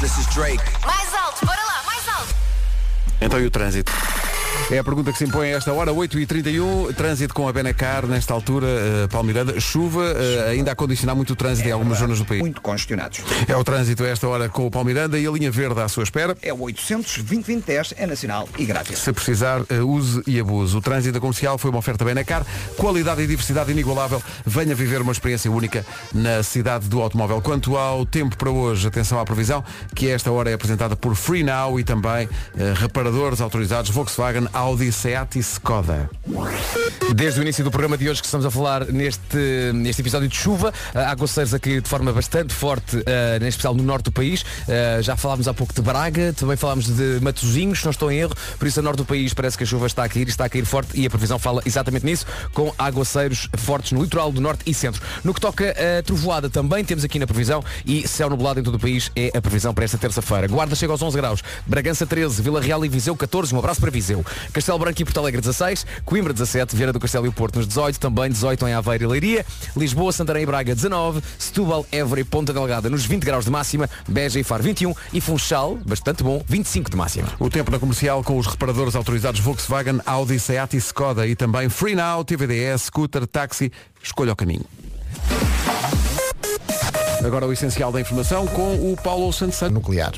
K: This is Drake.
I: Mais alto, bora lá, mais alto.
B: Então e o trânsito? É a pergunta que se impõe a esta hora, 8h31, trânsito com a Benacar, nesta altura, eh, Palmeiranda, chuva, eh, ainda a condicionar muito o trânsito
C: É
B: em algumas zonas do país. Muito
L: congestionados.
B: É o trânsito a esta hora com o Palmeiranda e a linha verde à sua espera.
L: É o 800 é nacional e grátis.
B: Se precisar, eh, use e abuse. O trânsito comercial foi uma oferta Benacar, qualidade e diversidade inigualável. Venha viver uma experiência única na cidade do automóvel. Quanto ao tempo para hoje, atenção à previsão, que esta hora é apresentada por Free Now e também eh, reparadores autorizados Volkswagen, Audi, Seat e Skoda.
C: Desde o início do programa de hoje que estamos a falar neste, neste episódio de chuva, eh, há aguaceiros a cair de forma bastante forte, eh, em especial no norte do país. Eh, já falámos há pouco de Braga, também falámos de Matosinhos, se não estou em erro, por isso a norte do país parece que a chuva está a cair, está a cair forte e a previsão fala exatamente nisso, com aguaceiros fortes no litoral do norte e centro. No que toca a trovoada também temos aqui na previsão e céu nublado em todo o país é a previsão para esta terça-feira. Guarda chega aos 11 graus, Bragança 13, Vila Real e Viseu 14, um abraço para Viseu. Castelo Branco e Porto Alegre 16, Coimbra 17, Vieira do Castelo e o Porto nos 18, também 18 em Aveiro e Leiria, Lisboa, Santarém e Braga 19, Setúbal, Évora e Ponta Delgada nos 20 graus de máxima, Beja e Faro 21 e Funchal, bastante bom, 25 de máxima.
B: O tempo na comercial com os reparadores autorizados Volkswagen, Audi, Seat e Skoda e também Free Now, TVDS, Scooter, Táxi, escolha o caminho. Agora o essencial da informação com o Paulo Santos Santos.
F: Nuclear.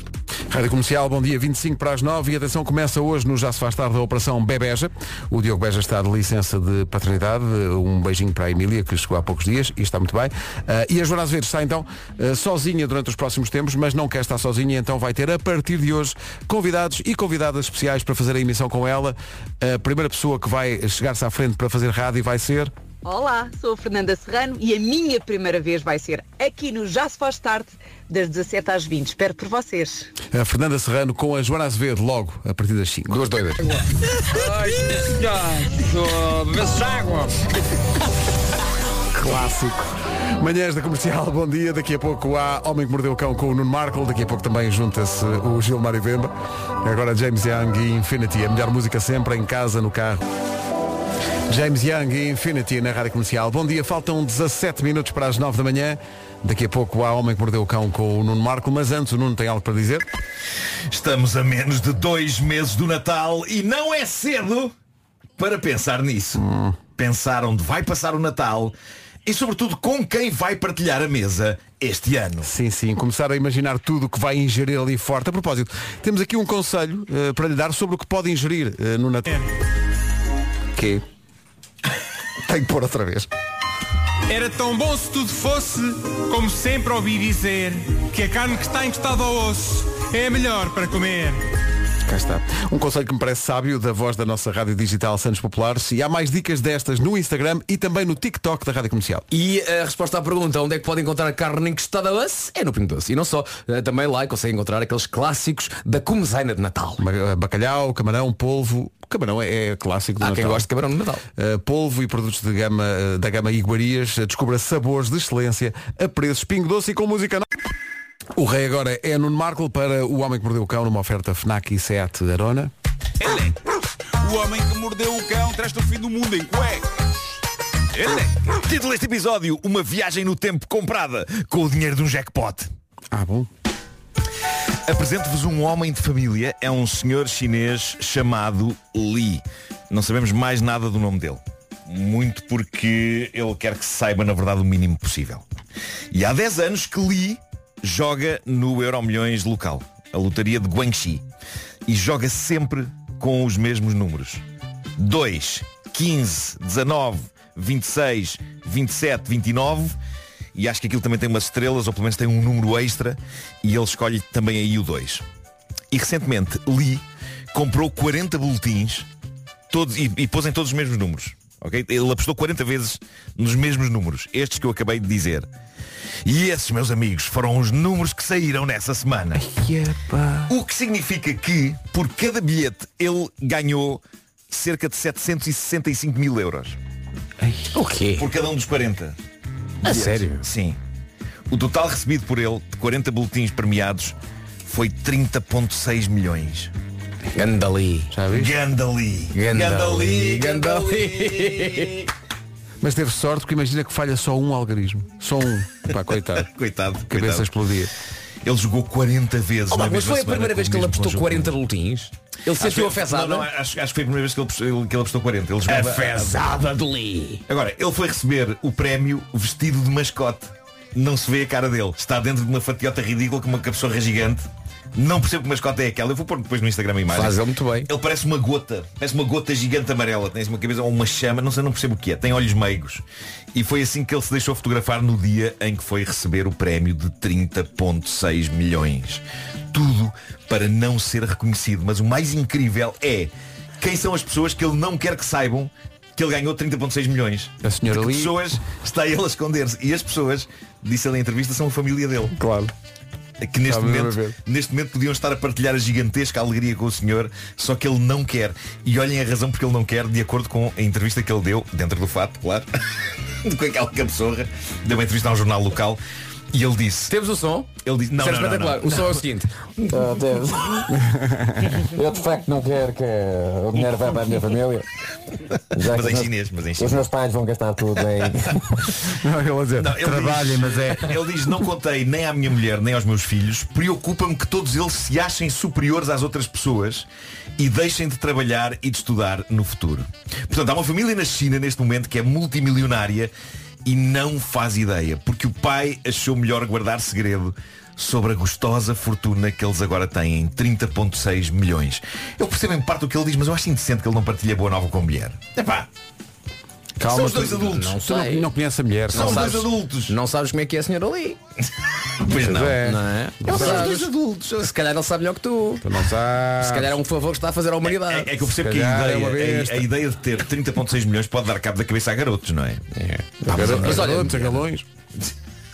B: Rádio Comercial, bom dia, 25 para as 9 e atenção, começa hoje no Já se faz tarde a Operação Bebeja. O Diogo Beja está de licença de paternidade, um beijinho para a Emília que chegou há poucos dias e está muito bem. Ah, e a Joana Azevedo está então ah, sozinha durante os próximos tempos, mas não quer estar sozinha, então vai ter a partir de hoje convidados e convidadas especiais para fazer a emissão com ela. A primeira pessoa que vai chegar-se à frente para fazer rádio vai ser...
M: Olá, sou a Fernanda Serrano e a minha primeira vez vai ser aqui no Já se faz tarde, das 17 às 20. Espero por vocês.
B: A Fernanda Serrano com a Joana Azevedo logo a partir das 5. Duas doidas.
N: Ai, senhores, água.
B: Clássico. Manhãs da Comercial, bom dia. Daqui a pouco há Homem que Mordeu o Cão com o Nuno Marco. Daqui a pouco também junta-se o Gilmário Vemba. Agora James Young e Infinity. A melhor música sempre, em casa, no carro. James Young e Infinity na Rádio Comercial. Bom dia, faltam 17 minutos para as 9 da manhã. Daqui a pouco há Homem que Mordeu o Cão com o Nuno Marco. Mas antes o Nuno tem algo para dizer.
G: Estamos a menos de dois meses do Natal e não é cedo para pensar nisso. Pensar onde vai passar o Natal e sobretudo com quem vai partilhar a mesa este ano.
B: Sim, sim, começar a imaginar tudo o que vai ingerir ali forte. A propósito, temos aqui um conselho eh, para lhe dar sobre o que pode ingerir eh, no Natal. Que? Tenho que pôr outra vez.
O: Era tão bom se tudo fosse, como sempre ouvi dizer, que a carne que está encostada ao osso é a melhor para comer.
B: Cá está. Um conselho que me parece sábio da voz da nossa rádio digital Santos Populares. E há mais dicas destas no Instagram e também no TikTok da Rádio Comercial.
C: E a resposta à pergunta onde é que pode encontrar carne encostada a osso é no Pingo Doce. E não só, eh, também lá consegue encontrar aqueles clássicos da comezaina de Natal.
B: eh, Bacalhau, camarão, polvo. Camarão é, é clássico do
C: Há
B: Natal.
C: quem goste de camarão no Natal.
B: Uh, polvo e produtos de gama, uh, da gama Iguarias. Uh, Descubra sabores de excelência a preços pingo doce e com música nova. O rei agora é Nuno Marco para O Homem que Mordeu o Cão numa oferta FNAC e Seat Arona.
P: Ele. O homem que mordeu o cão traz-te o fim do mundo em cuecas. Ele.
G: Título deste episódio, uma viagem no tempo comprada com o dinheiro de um jackpot.
B: Ah, bom.
G: Apresento-vos um homem de família, é um senhor chinês chamado Li. Não sabemos mais nada do nome dele. Muito porque ele quer que se saiba, na verdade, o mínimo possível. E há 10 anos que Li joga no Euromilhões local, a lotaria de Guangxi. E joga sempre com os mesmos números. 2, 15, 19, 26, 27, 29 e acho que aquilo também tem umas estrelas, ou pelo menos tem um número extra, e ele escolhe também aí o 2. E recentemente, Lee comprou 40 boletins todos, e, e pôs em todos os mesmos números. ok? Ele apostou 40 vezes nos mesmos números, estes que eu acabei de dizer. E esses, meus amigos, foram os números que saíram nessa semana. O que significa que, por cada bilhete, ele ganhou cerca de 765 mil euros.
C: O quê?
G: Por cada um dos 40.
C: A
G: bilhetes.
C: sério?
G: Sim. O total recebido por ele, de 40 boletins premiados, foi 30.6 milhões.
C: Gandali. Já
G: viste? Gandali. Gandali.
C: Gandali.
B: Mas teve sorte porque imagina que falha só um algarismo. Só um. Pá, coitado.
G: coitado.
B: Cabeça explodia.
G: Ele jogou 40 vezes.
C: Oh,
G: na
C: mas
G: mesma
C: foi a
G: semana
C: primeira
G: com
C: vez
G: o
C: que ele
G: mesmo
C: apostou
G: conjunto.
C: 40 boletins? Ele
G: Acho que-
C: sentiu é? afesado?
G: Não, é. não, acho, acho que foi a primeira vez que ele, apos- que ele apostou 40. Ele jogava-
C: Afesada de Lee.
G: Agora, ele foi receber o prémio vestido de mascote. Não se vê a cara dele. Está dentro de uma fatiota ridícula com uma cabeçorra gigante. Não percebo que mascote é aquela. Eu vou pôr depois no Instagram a imagem.
C: Faz ele muito bem.
G: Ele parece uma gota. Parece uma gota gigante amarela. Tem assim uma cabeça ou uma chama. Não sei, não percebo o que é. Tem olhos meigos. E foi assim que ele se deixou fotografar no dia em que foi receber o prémio de 30.6 milhões. Tudo para não ser reconhecido. Mas o mais incrível é quem são as pessoas que ele não quer que saibam que ele ganhou 30.6 milhões.
B: A senhora
G: De que
B: Lee.
G: pessoas está ele a esconder-se. E as pessoas, disse ele em entrevista, são a família dele.
B: Claro.
G: É Que neste
B: Estava mesmo a
G: momento,
B: ver.
G: neste momento podiam estar a partilhar a gigantesca alegria com o senhor, só que ele não quer. E olhem a razão porque ele não quer, de acordo com a entrevista que ele deu, dentro do fato, claro, com aquela cabeçorra, deu uma entrevista a um jornal local. E ele disse.
C: Temos o som?
G: Ele disse. Não,
C: Isso é
G: não, não,
C: espetacular.
G: não.
C: O som é o seguinte.
N: Ah, Eu de facto não quero que o dinheiro vá para a minha família. Já que
G: Mas em
N: os meus-
G: chinês, mas em
N: Os
G: chinês.
N: meus pais vão gastar tudo em.
B: Não, ele a dizer,
G: Não, ele
B: trabalhem,
G: diz-
B: mas é.
G: Ele diz, não contei nem à minha mulher, nem aos meus filhos. Preocupa-me que todos eles se achem superiores às outras pessoas e deixem de trabalhar e de estudar no futuro. Portanto, há uma família na China neste momento que é multimilionária e não faz ideia, porque o pai achou melhor guardar segredo sobre a gostosa fortuna que eles agora têm em 30.6 milhões. Eu percebo em parte o que ele diz, mas eu acho indecente que ele não partilhe a boa nova com a mulher. Epá, São os dois
C: tu-
G: adultos.
C: Não,
B: é
G: Tu não-
C: sei.
G: não
B: conhece a mulher.
G: São os dois adultos.
C: Não sabes como é que é a senhora Lee.
G: pois não.
C: Não é?
G: Eles são os
C: Sabes.
G: dois
C: Se calhar ele sabe melhor que tu.
B: não sabes.
C: Se calhar é um favor que está a fazer à humanidade.
G: É que eu percebo que a
C: Calhar é uma
G: ideia,
C: besta.
G: a, a ideia de ter 30.6 milhões pode dar cabo da cabeça a garotos, não é? É.
C: Garo- mas olha-
B: galões.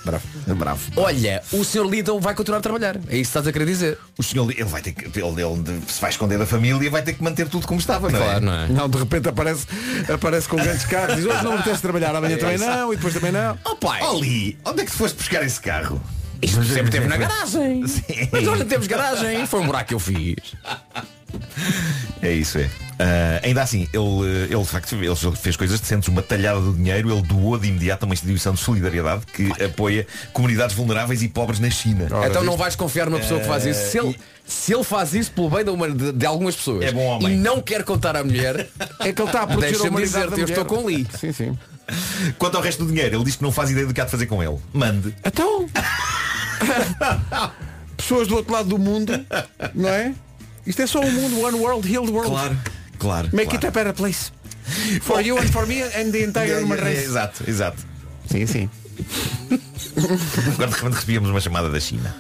G: Bravo, É bravo.
C: Olha, o senhor Lee então vai continuar a trabalhar. É isso que estás a querer dizer.
G: O senhor Lee, ele vai ter que. Ele, ele se vai esconder da família vai ter que manter tudo como estava, não é?
C: Claro, não é?
B: Não, de repente aparece, aparece com grandes carros. Diz hoje não me tens de trabalhar,
C: É
B: amanhã também não, e depois também não.
C: Oh pai!
G: Oh, Lee, onde é que tu foste buscar esse carro?
C: Isto sempre teve na garagem. Mas olha, temos garagem. Foi um buraco que eu fiz.
G: É isso, é. Ah, ainda assim, ele, ele de facto ele fez coisas decentes, uma talhada do dinheiro, ele doou de imediato a uma instituição de solidariedade que apoia comunidades vulneráveis e pobres na China.
C: então não vais confiar numa pessoa que faz isso. Se ele, se ele faz isso pelo bem da humana- de, de algumas pessoas
G: É bom homem.
C: e não quer contar à mulher,
B: É que ele está a proteger a
C: deixa-me
B: humanidade
C: dizer-te, eu
B: da mulher.
C: estou com Lee.
B: Sim, sim.
G: Quanto ao resto do dinheiro, ele diz que não faz ideia do que há de fazer com ele. Mande.
B: Então. Pessoas do outro lado do mundo, não é? Isto é só um mundo, one world, heal the world.
G: Claro, claro.
B: Make it
G: claro.
B: a better place. For you and for me and the
G: É,
B: entire human
G: é, é,
B: race.
G: Exato, exato.
B: Sim, sim.
G: Agora de repente recebíamos uma chamada da China.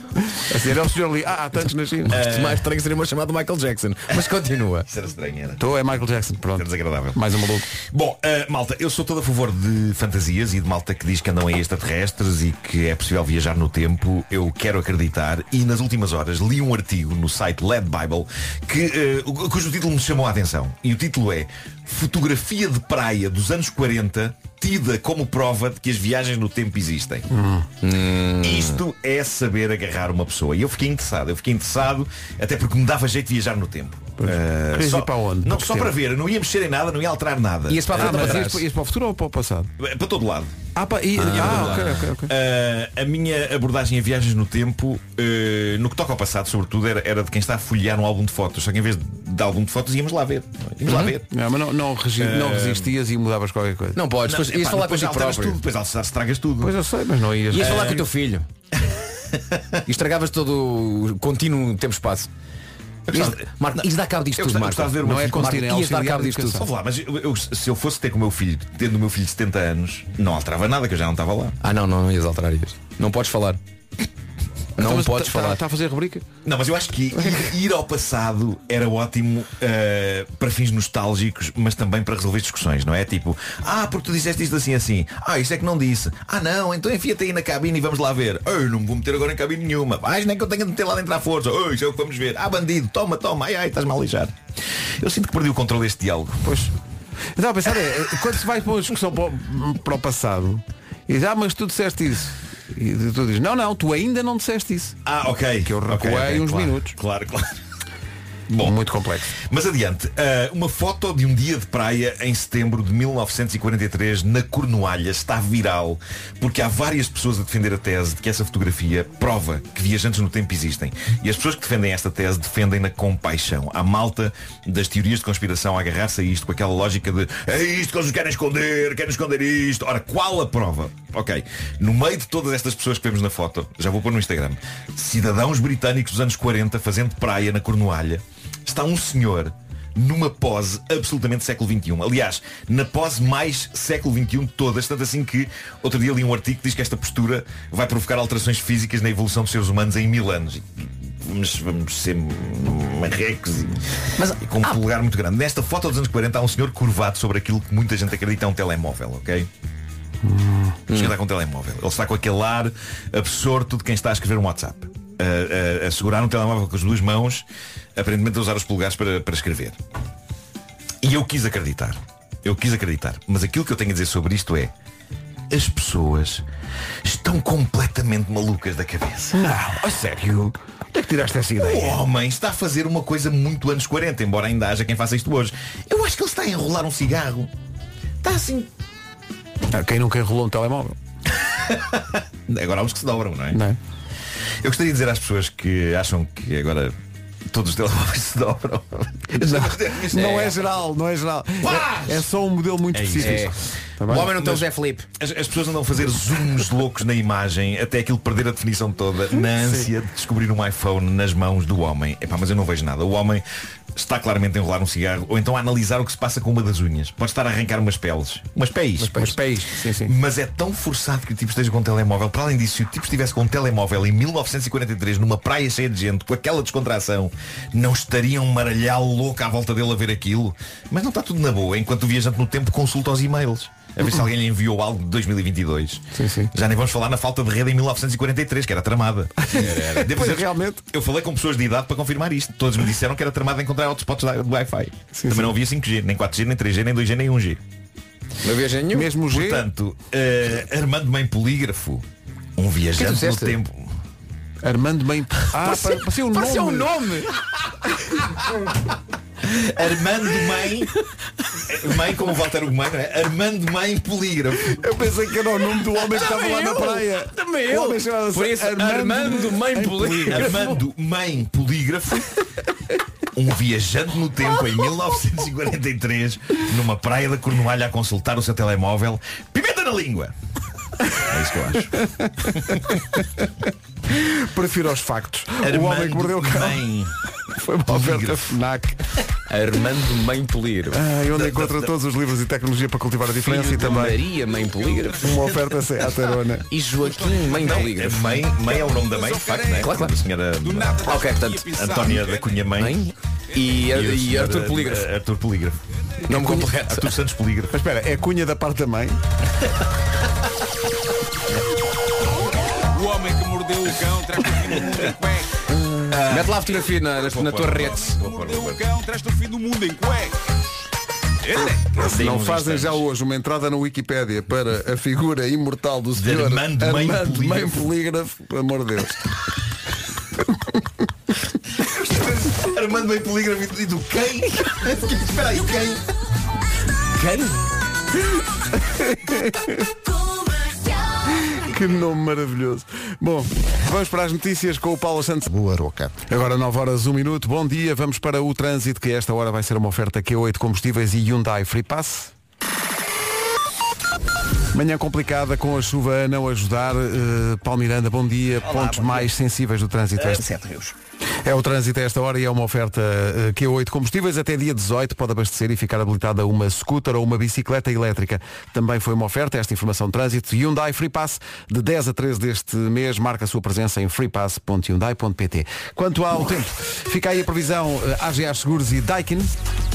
B: A dizer, é o senhor Lee. Ah, há tantos na China.
G: Eh,
C: Isto mais estranho seria uma chamada de Michael Jackson. Mas continua.
G: Isso era estranho, era.
B: Estou, é Michael Jackson,
G: Era
B: pronto.
G: desagradável.
B: Mais um maluco.
G: Bom, eh, malta, eu sou todo a favor de fantasias e de malta que diz que andam em extraterrestres e que é possível viajar no tempo. Eu quero acreditar e nas últimas horas li um artigo no site Led Bible que, eh, o- cujo título me chamou a atenção. E o título é Fotografia de praia dos anos 40 tida como prova de que as viagens no tempo existem. Isto é saber agarrar uma pessoa. E eu fiquei interessado, eu fiquei interessado até porque me dava jeito de viajar no tempo. Eh,
B: Querias
G: só,
B: ir para onde?
G: Não,
B: Para que
G: só para
B: tempo?
G: ver, eu não ia mexer em nada, não ia alterar nada.
C: Ia-se para a
G: Era
C: frente ou
G: para
C: para
G: trás.
B: Ias para, ias para o futuro ou para o passado?
G: Eh, Para todo lado.
B: Ah, para, e, ah, ok, ok, ok.
G: Uh, a minha abordagem a viagens no tempo, uh, no que toca ao passado, sobretudo, era, era de quem está a folhear um álbum de fotos. Só que em vez de, de álbum de fotos íamos lá ver. Íamos
C: Uhum.
G: lá ver.
B: Não, mas não, não, resi- não resistias e mudavas qualquer coisa.
C: Não podes, depois ias
G: epá,
C: falar
G: depois
C: contigo
G: alteras
C: próprio.
G: tudo, depois al- estragas tudo.
B: Pois eu sei, mas não ias.
C: Ias falar com o teu filho. E estragavas todo o contínuo tempo-espaço.
G: Eu
C: Ias-
G: gostava-
C: Marco,
G: Não,
C: isto dá cabo disto
G: eu
C: tudo,
G: gostava-
C: Marco.
G: gostava de ver uma
C: não é
G: fotografia.
C: contínuo, é
B: Marco,
C: ias dar
B: auxiliar
C: cabo
B: de
C: disto tudo.
B: educação.
G: Ouve lá, mas eu- eu- se eu fosse ter com o meu filho, tendo o meu filho de 70 anos, não alterava nada, que eu já não estava lá.
C: Ah não, não, não ias alterar isto. Não podes falar. Não
G: Então, mas
C: podes
G: tá-
C: falar.
G: tá-
B: Está a fazer rubrica?
G: Não, mas eu acho que ir, ir ao passado era ótimo eh, para fins nostálgicos, mas também para resolver discussões, não é? Tipo, ah, porque tu disseste isto assim assim. Ah, isto é que não disse. Ah não, então enfia-te aí na cabine e vamos lá ver. Eu não me vou meter agora em cabine nenhuma. Vais nem que eu tenha de meter lá dentro à força. Oh, isso é o que vamos ver. Ah, bandido, toma, toma, ai ai, estás-me a aleijar. Eu sinto que perdi o controle deste diálogo.
B: Pois. Estava a pensar, é, quando se vai para uma discussão para o, para o passado, e diz, ah, mas tu disseste isso. E tu dizes, não, não, tu ainda não disseste isso.
G: Ah, ok.
B: Que eu
G: Ok,
B: recuei
G: ok,
B: uns
G: claro,
B: minutos.
G: Claro, claro. Bom,
B: Muito complexo.
G: Mas adiante, ah, uma foto de um dia de praia em setembro de 1943 na Cornualha está viral porque há várias pessoas a defender a tese de que essa fotografia prova que viajantes no tempo existem. E as pessoas que defendem esta tese defendem-na com paixão. Há malta das teorias de conspiração a agarrar-se a isto com aquela lógica de é isto que eles nos querem esconder, querem esconder isto. Ora, qual a prova? Ok, no meio de todas estas pessoas que vemos na foto, já vou pôr no Instagram, cidadãos britânicos dos anos 40 fazendo praia na Cornualha, está um senhor numa pose absolutamente século XXI. Aliás, na pose mais século XXI de todas, tanto assim que outro dia li um artigo que diz que esta postura vai provocar alterações físicas na evolução dos seres humanos em mil anos. E Vamos, vamos ser marrecos e, e com um polegar muito grande. Nesta foto dos anos 40 há um senhor curvado sobre aquilo que muita gente acredita é um telemóvel, ok? O senhor está com um telemóvel. Ele está com aquele ar absorto de quem está a escrever um WhatsApp. A, a- a segurar um telemóvel com as duas mãos, aparentemente a usar os polegares para, para escrever. E eu quis acreditar. Eu quis acreditar. Mas aquilo que eu tenho a dizer sobre isto é. As pessoas estão completamente malucas da cabeça.
C: Ah,
G: Não, a sério. Onde é que tiraste essa ideia? O homem está a fazer uma coisa muito anos 40, embora ainda haja quem faça isto hoje. Eu acho que ele está a enrolar um cigarro. Está assim
B: Ah, quem nunca enrolou um telemóvel?
G: Agora há uns que se dobram, não é? Eu gostaria de dizer às pessoas que acham que agora todos os telemóveis se dobram.
B: Não, não é geral, não é geral. É, é só um modelo muito
G: É isso.
B: específico.
G: É.
B: Tá bem?
G: O homem não tem o
B: Mas-
G: Zé Filipe. As, as pessoas andam a fazer zooms loucos na imagem até aquilo perder a definição toda na ânsia de descobrir um iPhone nas mãos do homem. Epá, mas eu não vejo nada. O homem está claramente a enrolar um cigarro ou então a analisar o que se passa com uma das unhas. Pode estar a arrancar umas peles. Umas pés.
B: Umas pés. Sim, sim.
G: Mas é tão forçado que o tipo esteja com um telemóvel. Para além disso, se o tipo estivesse com um telemóvel em 1943 numa praia cheia de gente, com aquela descontração, não estaria um maralhau louco à volta dele a ver aquilo? Mas não está tudo na boa, enquanto o viajante no tempo consulta os e-mails. A ver se alguém lhe enviou algo de 2022. Já nem vamos falar na falta de rede em 1943, que era tramada. Depois realmente. Eu falei com pessoas de idade para confirmar isto. Todos me disseram que era tramada encontrar hotspots da- do Wi-Fi. Também não havia 5G, nem 4G, nem 3G, nem 2G, nem 1G.
C: Não havia nenhum.
G: Mesmo G. Portanto, eh, Armando Mãe Polígrafo,
B: Que
G: um viajante no
B: disseste?
G: tempo.
B: Armando bem. Ah,
G: Parecia-
B: para, parecia um nome.
G: parecia um
B: nome.
G: Armando Mãe. Eh, Mãe como o Walter Gomã, não é? Armando Mãe Polígrafo.
B: Eu pensei que era o nome do homem que estava lá na praia.
G: Também
B: O homem chamava-se Mãe
G: Armando Mãe Polígrafo. Um viajante no tempo em 1943, numa praia da Cornualha a consultar o seu telemóvel. Pimenta na língua! É isso que eu acho.
B: Prefiro aos factos.
G: Armando
B: o homem que mordeu o cão.
G: Mãe.
B: Foi uma oferta FNAC.
C: Armando Mãe Polígrafo.
B: Ah, e onde encontra todos os livros e tecnologia para cultivar a diferença
C: Filho
B: e
C: de
B: também.
C: Maria Mãe Polígrafo.
B: Uma oferta sem à tarona.
C: E Joaquim Mãe Polígrafo.
G: Mãe, mãe é o nome da mãe, de facto, não é?
C: Claro, claro.
G: A senhora
C: Ah, ok, portanto,
G: Antónia da Cunha Mãe.
C: E,
G: o
C: e
G: senhor,
C: Arthur
G: eh,
C: Polígrafo.
G: eh, Arthur Polígrafo.
C: Não me completa.
G: Arthur Santos Polígrafo.
B: Mas espera, é cunha da parte da mãe?
P: O homem que mordeu o cão traz-te o fim do mundo em cuecas.
C: Ah, Mete lá a fotografia na, na, na
P: pôr,
C: torre
P: vou
C: Reds.
P: Mordeu o cão traz-te o fim do mundo em cuecas.
G: é
P: Ele
B: Se não fazem já hoje uma entrada na Wikipédia para a figura imortal do senhor
P: Armando Mãe
B: Armando Mãe Polígrafo, pelo amor de Deus.
G: Armando Mãe Polígrafo e do quem? Espera aí, quem?
B: Que nome maravilhoso. Bom, vamos para as notícias com o Paulo Santos.
F: Boa roca.
B: Agora 9 horas 1 minuto. Bom dia, vamos para o trânsito que a esta hora vai ser uma oferta Q8 combustíveis e Hyundai Free Pass. Manhã complicada com a chuva a não ajudar. Eh, Paulo Miranda, bom dia. Pontos mais sensíveis do trânsito.
L: Sete rios.
B: É o trânsito a esta hora e é uma oferta eh, Q8 Combustíveis. Até dia 18 pode abastecer e ficar habilitada uma scooter ou uma bicicleta elétrica. Também foi uma oferta esta informação de trânsito. Hyundai Free Pass, de 10 a 13 deste mês, marca a sua presença em freepass.hyundai.pt. Quanto ao tempo, fica aí a previsão eh, AGA Seguros e Daikin.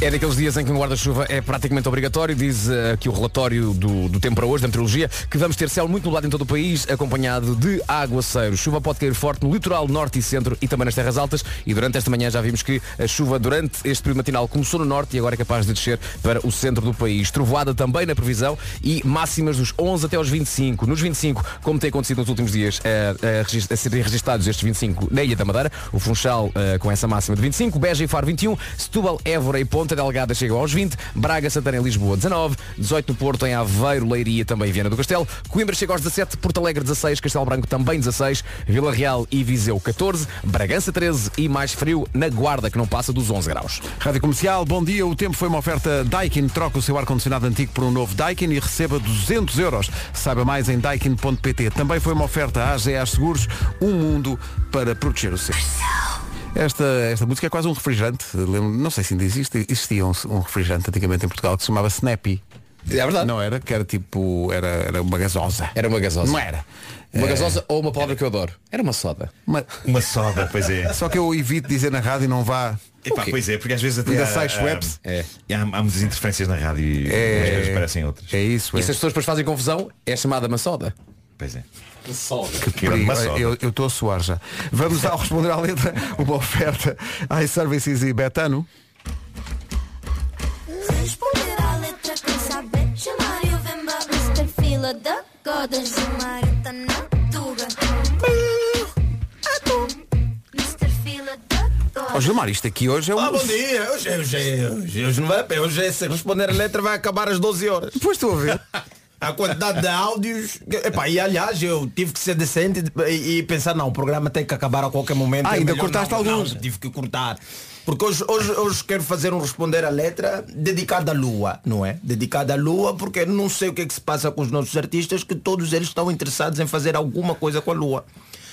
C: É daqueles dias em que um guarda-chuva é praticamente obrigatório, diz eh, aqui o relatório do, do tempo para hoje, da meteorologia, que vamos ter céu muito nublado em todo o país, acompanhado de aguaceiros. Chuva pode cair forte no litoral norte e centro e também nas terras altas. E durante esta manhã já vimos que a chuva durante este período matinal começou no norte e agora é capaz de descer para o centro do país. Trovoada também na previsão e máximas dos 11 até aos 25. Nos 25, como tem acontecido nos últimos dias, eh, eh, regis- a, serem registados estes 25 na Ilha da Madeira, o Funchal eh, com essa máxima de 25, Beja e Faro 21, Setúbal, Évora e Ponta Delgada chegam aos 20, Braga, Santana e Lisboa 19, 18 no Porto, em Aveiro, Leiria também Viana do Castelo, Coimbra chega aos 17, Porto Alegre 16, Castelo Branco também 16, Vila Real e Viseu 14, Bragança 13 e mais frio na Guarda, que não passa dos 11 graus.
B: Rádio Comercial, bom dia. O tempo foi uma oferta Daikin. Troca o seu ar-condicionado antigo por um novo Daikin e receba 200 euros. Saiba mais em daikin.pt. Também foi uma oferta à AGA Seguros, um mundo para proteger o seu. Esta, esta música é quase um refrigerante. Lembro- não sei se ainda existe. Existia um, um refrigerante antigamente em Portugal que se chamava Snappy. É verdade. Não era, que era tipo, era, era uma gasosa.
C: Era uma gasosa.
B: Não era.
C: Uma
B: É,
C: gasosa ou uma palavra que eu adoro? Era uma soda.
B: Uma,
G: Uma soda, pois é.
B: Só que eu evito dizer na rádio não vá.
G: Epá, pois é, porque às vezes até
B: Ainda
G: há-
B: sai Schweppes.
G: há, há, há muitas interferências na rádio e
B: É.
G: as coisas parecem outras.
B: É isso,
C: E
B: é.
C: se as pessoas depois fazem confusão, é chamada uma soda.
G: Pois é.
C: Soda.
G: Que era uma soda.
B: Eu eu estou a suar já. Vamos ao responder à letra uma oferta iServices e Betano.
E: Responder à letra quem saber Chamar e o Vemba Mr. Fila da Goda Zumarita na Tuga Mr. Fila da
B: Ó Gilmar, isto aqui hoje é um.
Q: Ah, bom dia. Hoje, é- hoje, é- hoje, é- hoje não vai a pé. Hoje é, se responder a letra vai acabar às 12 horas.
B: Pois estou a ver.
Q: A quantidade de áudios. que- Epá, e aliás, eu tive que ser decente e, e pensar, não, o programa tem que acabar a qualquer momento.
B: Ah,
Q: É
B: ainda
Q: melhor
B: cortaste
Q: não,
B: alguns.
Q: Não, tive que cortar. Porque hoje, hoje, hoje quero fazer um responder à letra dedicado à lua, não é? Dedicado à lua, porque não sei o que é que se passa com os nossos artistas, que todos eles estão interessados em fazer alguma coisa com a lua.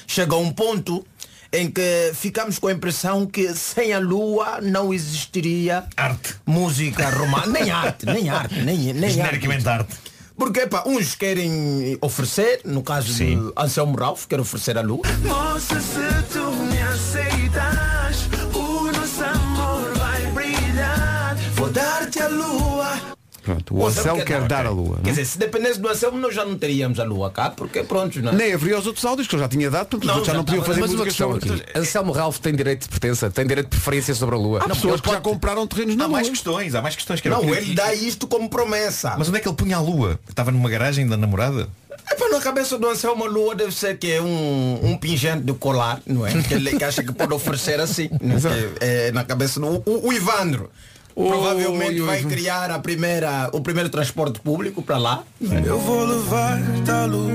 Q: Chega um ponto em que ficamos com a impressão que sem a lua não existiria arte, música romântica, nem arte, nem arte, nem, nem
G: Genericamente arte.
Q: Porque pá, uns querem oferecer, no caso de Anselmo Ralph, quer oferecer a lua.
R: Moça, se tu me aceitas, o nosso amor vai brilhar. Vou dar-te a lua.
B: Pronto, o
Q: Ou sabe
B: Anselmo
Q: que-
B: quer
Q: não,
B: dar a
Q: ok.
B: lua. não
Q: Quer
B: é?
Q: dizer, se dependesse do Anselmo, nós já não teríamos a lua cá, porque pronto, não é?
B: Nem haveria os outros áudios que eu já tinha dado, portanto os outros já não podiam fazer
C: Mas uma
B: música
C: questão
B: sobre
C: aqui. Anselmo Ralph tem direito de pertença, tem direito de preferência sobre a Lua.
B: Há
C: Não,
B: pessoas
C: ele
B: que já compraram terrenos na
G: Há mais
B: Lua.
G: questões, há mais questões que
Q: Não, ele dá isto como promessa.
G: Mas onde é que ele punha a lua? Estava numa garagem da namorada?
Q: É para na cabeça do Anselmo, a lua deve ser que é um, um pingente de colar, não é? Que ele que acha que pode oferecer assim. não é? Que é na cabeça do o, o Ivandro. Provavelmente vai criar a primeira, o primeiro transporte público para lá. é? Eu vou levar a lua.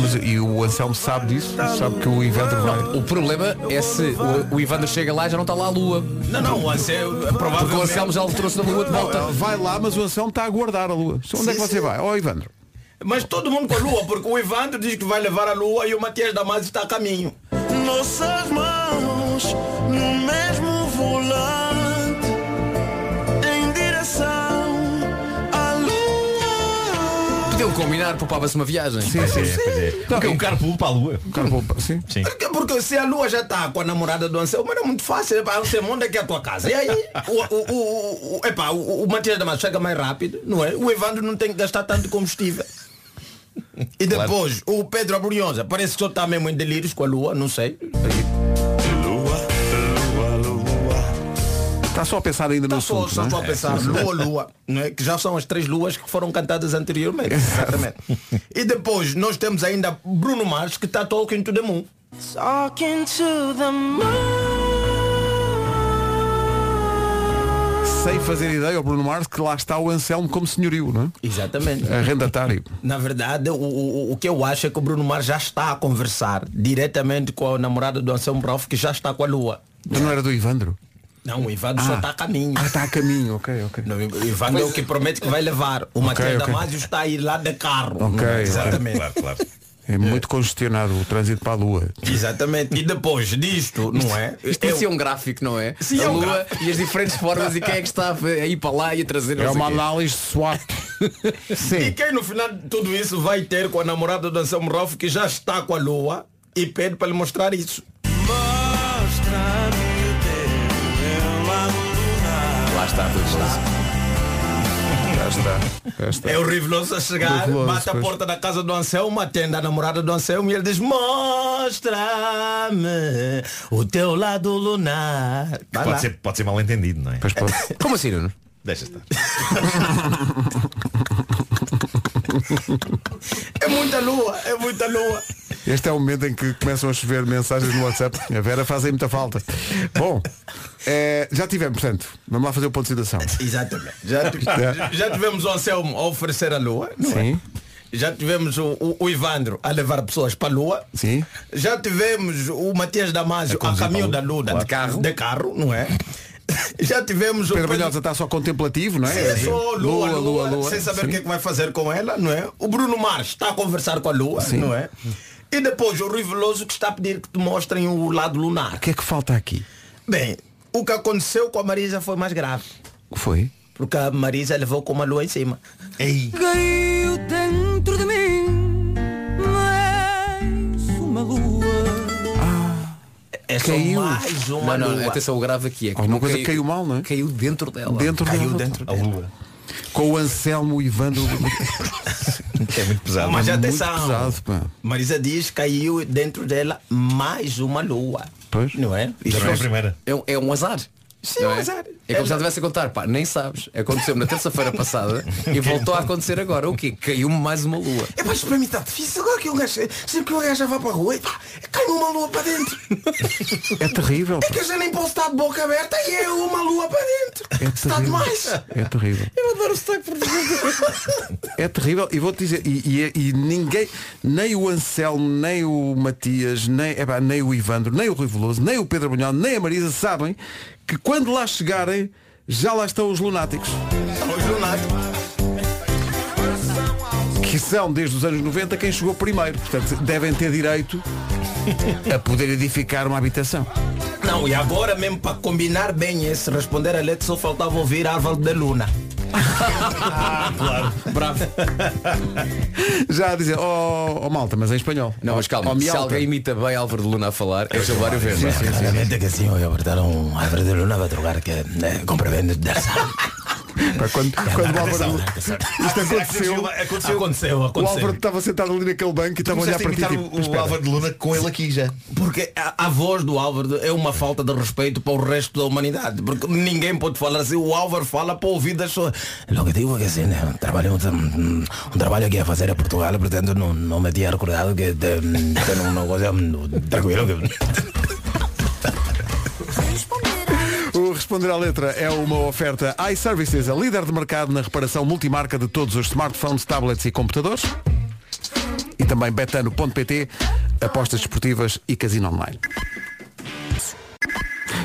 B: Mas, e o Anselmo sabe disso? Sabe que o Ivandro vai.
C: O problema é se o, o Ivandro chega lá e já não está lá a Lua.
Q: Não, não, o Anselmo, é
C: Porque o Anselmo já lhe trouxe da Lua de volta.
B: Não, Vai lá, mas o Anselmo está a guardar a lua. Onde é que
Q: Sim,
B: você
Q: sim.
B: vai? Ó Ivandro.
Q: Mas todo mundo com a lua, porque o Ivandro diz que vai levar a lua e o Matias Damasio está a caminho.
R: Nossas mãos no mesmo volante, em direção à lua.
C: Podiam combinar, poupava-se uma viagem.
B: Sim, sim.
G: é,
B: é.
G: Porque um carpool para a lua.
B: Carpool, sim.
G: Sim.
Q: Porque, porque se a lua já está com a namorada do Anselmo, era é muito fácil. Epá, Anselmo, onde é que é a tua casa? E aí, o, o, o, o, epá, o, o Matias Damasio chega mais rápido, não é? O Evandro não tem que gastar tanto combustível. E depois, o Pedro Abrunhosa, parece que só está mesmo em delírios com a lua, não sei.
B: Está só a pensar ainda no
Q: Só,
B: assunto.
Q: só
B: não é?
Q: estou a pensar, lua, lua, não é? que já são as três luas que foram cantadas anteriormente. Exatamente. E depois, nós temos ainda Bruno Mars, que está talking to the moon.
R: Talking to the moon.
B: Sem fazer ideia ao Bruno Mars que lá está o Anselmo como senhorio, não é?
Q: Exatamente.
B: Arrendatário.
Q: Na verdade, o, o, o que eu acho é que o Bruno Mars já está a conversar diretamente com a namorada do Anselmo Ralph, que já está com a lua.
B: Mas não era do Ivandro?
Q: Não, o Ivandro só
B: Ah.
Q: está a caminho.
B: Ah, está a caminho, ok, ok.
Q: Não, O Ivandro é o que promete que vai levar. O
B: Ok,
Q: Matias
B: ok.
Q: Damasio está a ir lá de carro.
B: Ok,
Q: Exatamente.
G: Claro, claro.
B: É muito congestionado o trânsito para a Lua.
Q: Exatamente. E depois disto, não é?
C: Isto tem de ser um gráfico, não é?
Q: Sim,
C: a
Q: é um
C: lua
Q: gráfico.
C: e as diferentes formas e quem é que está a ir para lá e a trazer.
Q: É uma
B: análise SWOT.
Q: E quem no final de tudo isso vai ter com a namorada do Anselmo Ralph que já está com a lua e pede para lhe mostrar isso.
C: Lá está,
B: Já está. Já está.
Q: É o Riveloso a chegar,
B: Riveloso,
Q: bate a
B: pois.
Q: porta da casa do Anselmo, atende a namorada do Anselmo e ele diz Mostra-me o teu lado lunar. Vai lá.
G: Pode ser, pode ser mal entendido, não é?
C: Como assim, Nuno?
G: Deixa estar.
Q: É muita lua, é muita lua.
B: Este é o momento em que começam a chover mensagens no WhatsApp. A Vera fazem muita falta. Bom, eh, já tivemos, portanto, vamos lá fazer o ponto de situação.
Q: Exatamente. Já, tu-
B: É.
Q: já tivemos o Anselmo a oferecer a lua, não é?
B: Sim.
Q: Já tivemos o, o- o Ivandro a levar pessoas para a lua.
B: Sim.
Q: Já tivemos o Matias Damasio a, caminho da lua, de carro. De carro, não é? Já tivemos
B: Pedro Brunhosa está só contemplativo, não é?
Q: Sim, é só lua, lua,
B: lua, lua.
Q: sem saber o
B: Sim.
Q: que é que vai fazer com ela, não é? O Bruno Mars está a conversar com a lua,
B: Sim.
Q: não é? E depois o Rui Veloso que está a pedir que te mostrem o lado lunar.
B: O que é que falta aqui?
Q: Bem, o que aconteceu com a Marisa foi mais grave.
B: Foi?
Q: Porque a Marisa levou com uma lua em cima. Ei!
R: Caiu dentro de mim mais uma lua.
B: Ah,
Q: É só
C: Caiu.
Q: mais uma
C: não, não,
Q: lua.
C: atenção, o grave aqui é que
B: Alguma
C: não
B: coisa caiu mal, não é?
C: Caiu dentro dela.
B: Dentro
C: caiu
B: dela.
C: dentro
G: A lua.
B: Com o Anselmo e Ivandro.
G: É muito pesado.
Q: Mas
B: É muito
Q: atenção.
B: pesado, pá.
Q: Marisa diz que caiu dentro dela mais uma lua.
B: Pois.
Q: Não é?
C: Isto
G: não é a
C: um-
G: primeira.
C: É, um- é um azar.
Q: Sim,
C: não
Q: é um
C: é?
Q: azar.
C: É como se já estivesse a contar, pá, nem sabes. Aconteceu na terça-feira passada e voltou a acontecer agora. O quê? Caiu-me mais uma lua.
Q: É mas para mim está difícil. Agora que um gajo, sempre que um gajo já vai para a rua, e pá, cai uma lua para dentro.
B: É terrível.
Q: É que eu já nem posso estar de boca aberta e é uma lua para dentro.
B: É
Q: Está demais.
B: terrível. É terrível.
Q: Eu adoro o sotaque português.
B: É terrível e vou-te dizer, e, e- e ninguém, nem o Anselmo, nem o Matias, nem, epá, nem o Ivandro, nem o Rui Veloso, nem o Pedro Bunhal, nem a Marisa sabem que quando lá chegarem já lá estão os lunáticos,
Q: Os lunáticos.
B: que são desde os anos 90 quem chegou primeiro. Portanto, devem ter direito a poder edificar uma habitação.
Q: Não, e agora mesmo para combinar bem esse responder a letra só faltava ouvir Árvore da Luna.
G: Claro.
C: Bravo.
B: Já a dizer, oh, oh, malta, mas em espanhol.
C: Não, mas calma,
B: Oh, mi
C: se
B: alta.
C: alguém imita bem Álvaro de Luna a falar, é o Gilvário Verde.
Q: Realmente que assim, eu apertaram Árvore da Luna vai trocar que né, compra venda de dar sal.
B: Pá,
G: É
B: Quando, quando o
Q: Atenção,
B: Álvaro,
Q: atenção.
B: isto
G: Aconteceu,
B: aconteceu,
G: aconteceu.
Q: Aconteceu,
B: o
Q: aconteceu.
B: Álvaro estava sentado ali naquele banco e estava a olhar
G: Começaste
B: para
G: a
B: ti.
G: imitar
B: tipo,
G: o, o
B: espera.
G: Álvaro de Luna com ele aqui já.
Q: Porque a, a voz do Álvaro é uma falta de respeito para o resto da humanidade. Porque ninguém pode falar assim. O Álvaro fala para ouvir das pessoas. Logo digo que assim, né? Trabalho, um, um trabalho que a fazer a Portugal, portanto não, não me tinha recordado que tem tem uma coisa hum, tranquilo. que-
B: O Responder à Letra é uma oferta iServices, a líder de mercado na reparação multimarca de todos os smartphones, tablets e computadores. E também betano.pt, apostas desportivas e casino online.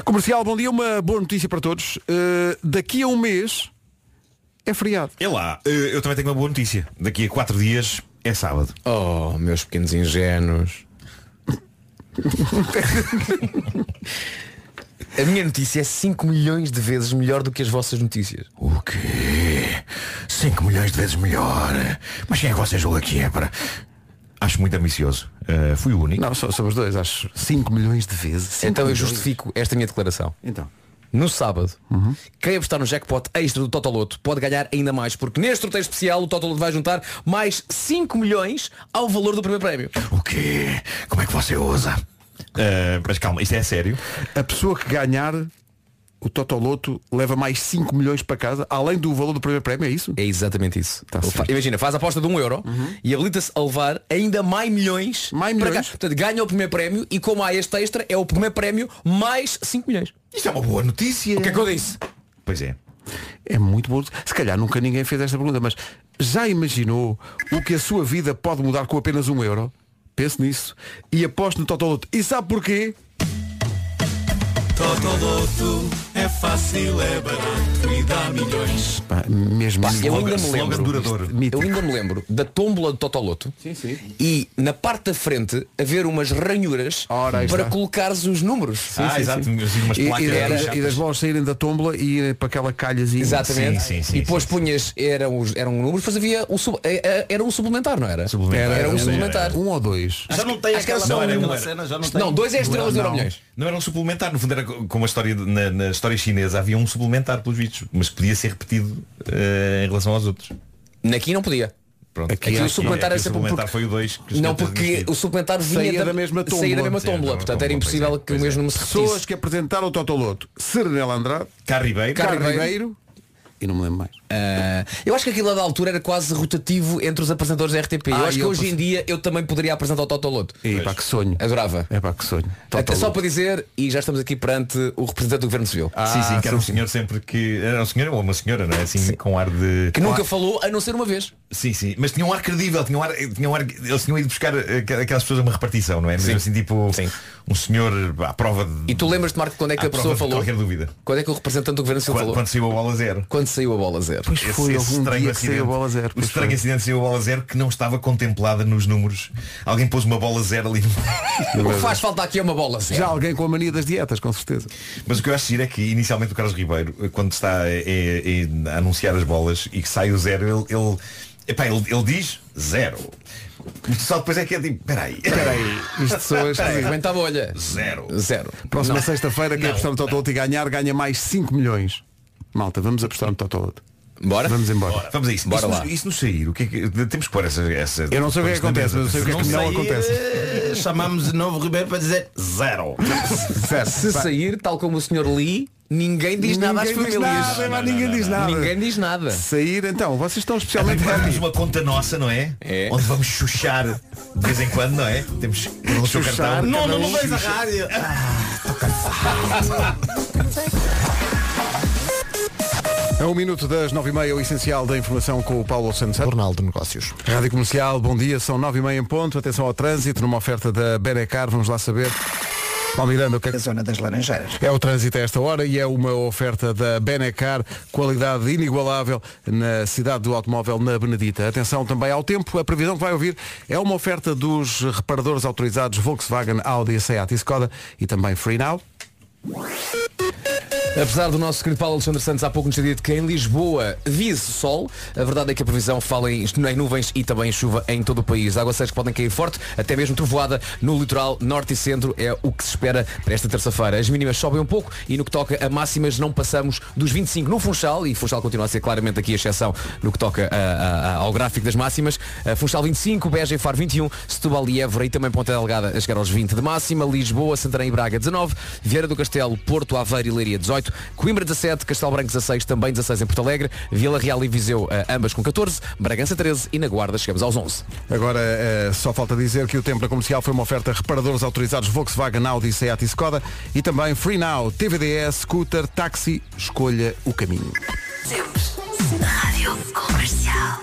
B: Comercial, bom dia, uma boa notícia para todos. Eh, daqui a um mês é feriado.
G: É lá. Eh, Eu também tenho uma boa notícia. Daqui a quatro dias é sábado.
C: Oh, meus pequenos ingênuos. A minha notícia é 5 milhões de vezes melhor do que as vossas notícias.
R: O quê? 5 milhões de vezes melhor. Mas quem é que você julga que é para.
G: Acho muito ambicioso. Eh, fui o único.
B: Não, so- somos dois, acho é 5 milhões de vezes. Cinco
C: Então eu
B: milhões.
C: justifico esta minha declaração.
B: Então.
C: No sábado, quem apostar no jackpot extra do Totoloto pode ganhar ainda mais, porque neste sorteio especial o Totoloto vai juntar mais 5 milhões ao valor do primeiro prémio.
G: O quê? Como é que você usa? mas calma, isto é sério.
B: A pessoa que ganhar o Totoloto leva mais 5 milhões para casa, além do valor do primeiro prémio, é isso?
C: É exatamente isso.
B: Tá
C: Ele
B: certo. Uhum.
C: fa- Imagina, faz a aposta de 1 um euro e habilita-se a levar ainda mais milhões,
B: Mais
C: para
B: milhões?
C: cá. Portanto, ganha o primeiro prémio e como há este extra, é o primeiro prémio mais 5 milhões.
G: Isto é uma boa notícia.
C: O que é que eu disse?
G: Pois é.
B: É muito bom. Se calhar nunca ninguém fez esta pergunta, mas já imaginou o que a sua vida pode mudar com apenas um euro? Pense nisso e aposte no Totoloto. E sabe porquê?
R: Totoloto é fácil, é barato e
D: e dá milhões.
B: Pá, mesmo
C: Pá, é um
B: isso.
C: eu
B: Slogan-
C: ainda me
B: slogan
C: lembro,
B: duradouro.
C: eu ainda me lembro da tómbola do Totoloto e na parte da frente haver umas ranhuras
B: aí
C: para
B: está.
C: colocares os números.
G: Ah, exato, assim, umas
C: E- e
G: placas
C: era-
G: chatas.
B: E das bolas saírem da tumba e irem para aquela calhazinha.
C: Exatamente. e depois punhas, eram, os, eram números, depois havia um, sub- eh, eh, era um suplementar, não era?
B: Era,
C: Era um
B: era,
C: suplementar.
B: Um ou dois.
G: Já não tem aquela
C: não,
G: era,
C: era,
B: um
G: não era.
C: cena, já não, tem. não, dois é estrelas do
G: Não.
C: Euromilhões.
G: Não era um suplementar, no fundo era co- como a história de- na, na história chinesa havia um suplementar pelos vistos, mas podia ser repetido eh, em relação aos outros.
C: Aqui não podia.
G: Pronto.
C: Aqui o suplementar era
G: aqui é o
C: sempre um
G: suplementar
C: porque-
G: foi o 2.
C: Não, porque o suplementar vinha
B: é Saía da mesma
C: Saía da
B: tómbola.
C: mesma
B: Sim, é
C: tómbola,
B: da
C: portanto
B: tómbola,
C: era impossível que o mesmo número se repetisse.
B: é. Pessoas que apresentaram o Totoloto. Serenel Andrade.
G: Carribeiro.
B: Carribeiro. E não me lembro mais.
C: Ah, eu acho que aquilo lá da altura era quase rotativo entre os apresentadores da RTP. eu
B: Ah,
C: acho
B: e
C: que
B: eu
C: hoje em
B: passe-
C: dia eu também poderia apresentar o Totoloto.
B: E pá, que sonho.
C: Adorava.
B: É pá, que sonho.
C: Até
B: Totoloto.
C: só para dizer, e já estamos aqui perante o representante do Governo Civil.
G: sim, sim, que era um senhor sempre que. Era um senhor ou uma senhora, não é? Assim, com ar de.
C: Que nunca falou, a não ser uma vez.
G: Sim, sim, mas tinha um ar credível, tinha um ar, tinha um ar, eles tinham ido buscar eh, aquelas pessoas a uma repartição, não é? Mas assim, tipo, um senhor eh, à prova de.
C: E tu lembras-te, Marco, quando é que
G: à
C: a pessoa
G: prova de
C: falou?
G: Qualquer dúvida.
C: Quando é que o representante do Governo Civil
G: Quando,
C: falou?
G: quando saiu a bola zero.
C: Quando saiu a bola zero.
B: Pois foi, houve um dia que saiu a bola zero,
G: O
B: pois
G: estranho
B: foi.
G: acidente saiu a bola zero que não estava contemplada nos números. Alguém pôs uma bola zero ali.
C: O que faz falta aqui é uma bola zero.
B: Já alguém com a mania das dietas, com certeza.
G: Mas o que eu acho giro é que inicialmente o Carlos Ribeiro, eh, quando está eh, eh, a anunciar as bolas e que sai o zero, ele, ele, epá, ele, ele diz zero. Só depois é que é tipo, peraí,
B: Peraí, isto sou este.
G: Peraí.
C: Aumenta a tá bolha.
G: Zero.
C: Zero.
B: Próxima
C: Não.
B: sexta-feira, quem
C: Não.
B: apostar no Totoloto e ganhar, ganha mais 5 milhões. Malta, vamos apostar no Totoloto.
C: Bora?
B: Vamos embora.
G: Bora, vamos a isso.
B: Bora
G: isso,
B: lá.
G: nos- isso nos sair, o que é que- temos que pôr essa, essa-
B: Eu não sei o que é que
G: pôr isto
B: acontece,
G: na mesa.
B: mas eu sei o que é
G: Se
B: que não
G: sair,
Q: Eh, Chamámos de novo Ribeiro para dizer zero.
C: Se sair, tal como o senhor Lee, ninguém diz nada às
B: Ninguém diz
C: famílias.
B: nada, mas ninguém diz nada.
C: Ninguém diz nada.
B: Sair, então, vocês estão especialmente
G: Temos uma conta nossa, não é? Onde vamos chuchar de vez em quando, não é? Temos o seu
B: Chuchar,
G: cartão.
B: cada Não, não, não um vens
Q: à rádio.
B: A um minuto das nove e meia, o essencial da informação com o Paulo Santos. Jornal de Negócios. Rádio Comercial, bom dia, são nove e meia em ponto. Atenção ao trânsito, numa oferta da Benecar, vamos lá saber. Paulo Miranda, o que é que...
L: Zona das Laranjeiras.
B: É o trânsito a esta hora e é uma oferta da Benecar, qualidade inigualável na cidade do automóvel na Benedita. Atenção também ao tempo, a previsão que vai ouvir é uma oferta dos reparadores autorizados Volkswagen, Audi, Seat e Skoda e também Free Now.
C: Apesar do nosso querido Paulo Alexandre Santos há pouco nos ter dito que em Lisboa vise sol, a verdade é que a previsão fala em, em nuvens e também em chuva em todo o país. Aguaceiros que podem cair forte, até mesmo trovoada no litoral norte e centro é o que se espera para esta terça-feira. As mínimas sobem um pouco e no que toca a máximas não passamos dos 25 no Funchal e Funchal continua a ser claramente aqui a exceção no que toca a- a- a- ao gráfico das máximas. A Funchal 25, Beja e Faro 21, Setúbal e Évora e também Ponta Delgada a chegar aos 20 de máxima, Lisboa, Santarém e Braga 19, Vieira do Castelo, Porto, Aveiro e Leiria 18, Coimbra 17, Castelo Branco 16, também 16 em Porto Alegre, Vila Real e Viseu eh, ambas com 14, Bragança 13 e na Guarda chegamos aos 11.
B: Agora eh, só falta dizer que o tempo na comercial foi uma oferta a reparadores autorizados Volkswagen, Audi, Seat e Skoda e também Free Now, TVDS, Scooter, Táxi, escolha o caminho.
I: Sempre. Rádio Comercial.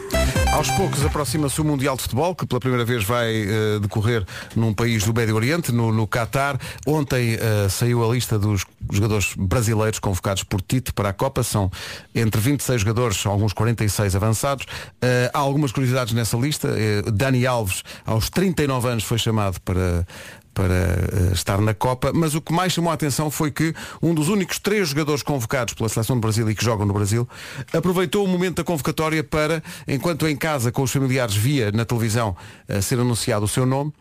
B: Aos poucos aproxima-se o Mundial de Futebol, que pela primeira vez vai eh, decorrer num país do Médio Oriente, no, no Qatar. Ontem eh, saiu a lista dos jogadores brasileiros convocados por Tito para a Copa. São entre 26 jogadores, alguns 46 avançados. Eh, há algumas curiosidades nessa lista. Eh, Dani Alves, aos 39 anos, foi chamado para para eh, estar na Copa, mas o que mais chamou a atenção foi que um dos únicos três jogadores convocados pela seleção do Brasil e que jogam no Brasil aproveitou o momento da convocatória para, enquanto em casa com os familiares via na televisão eh, ser anunciado o seu nome,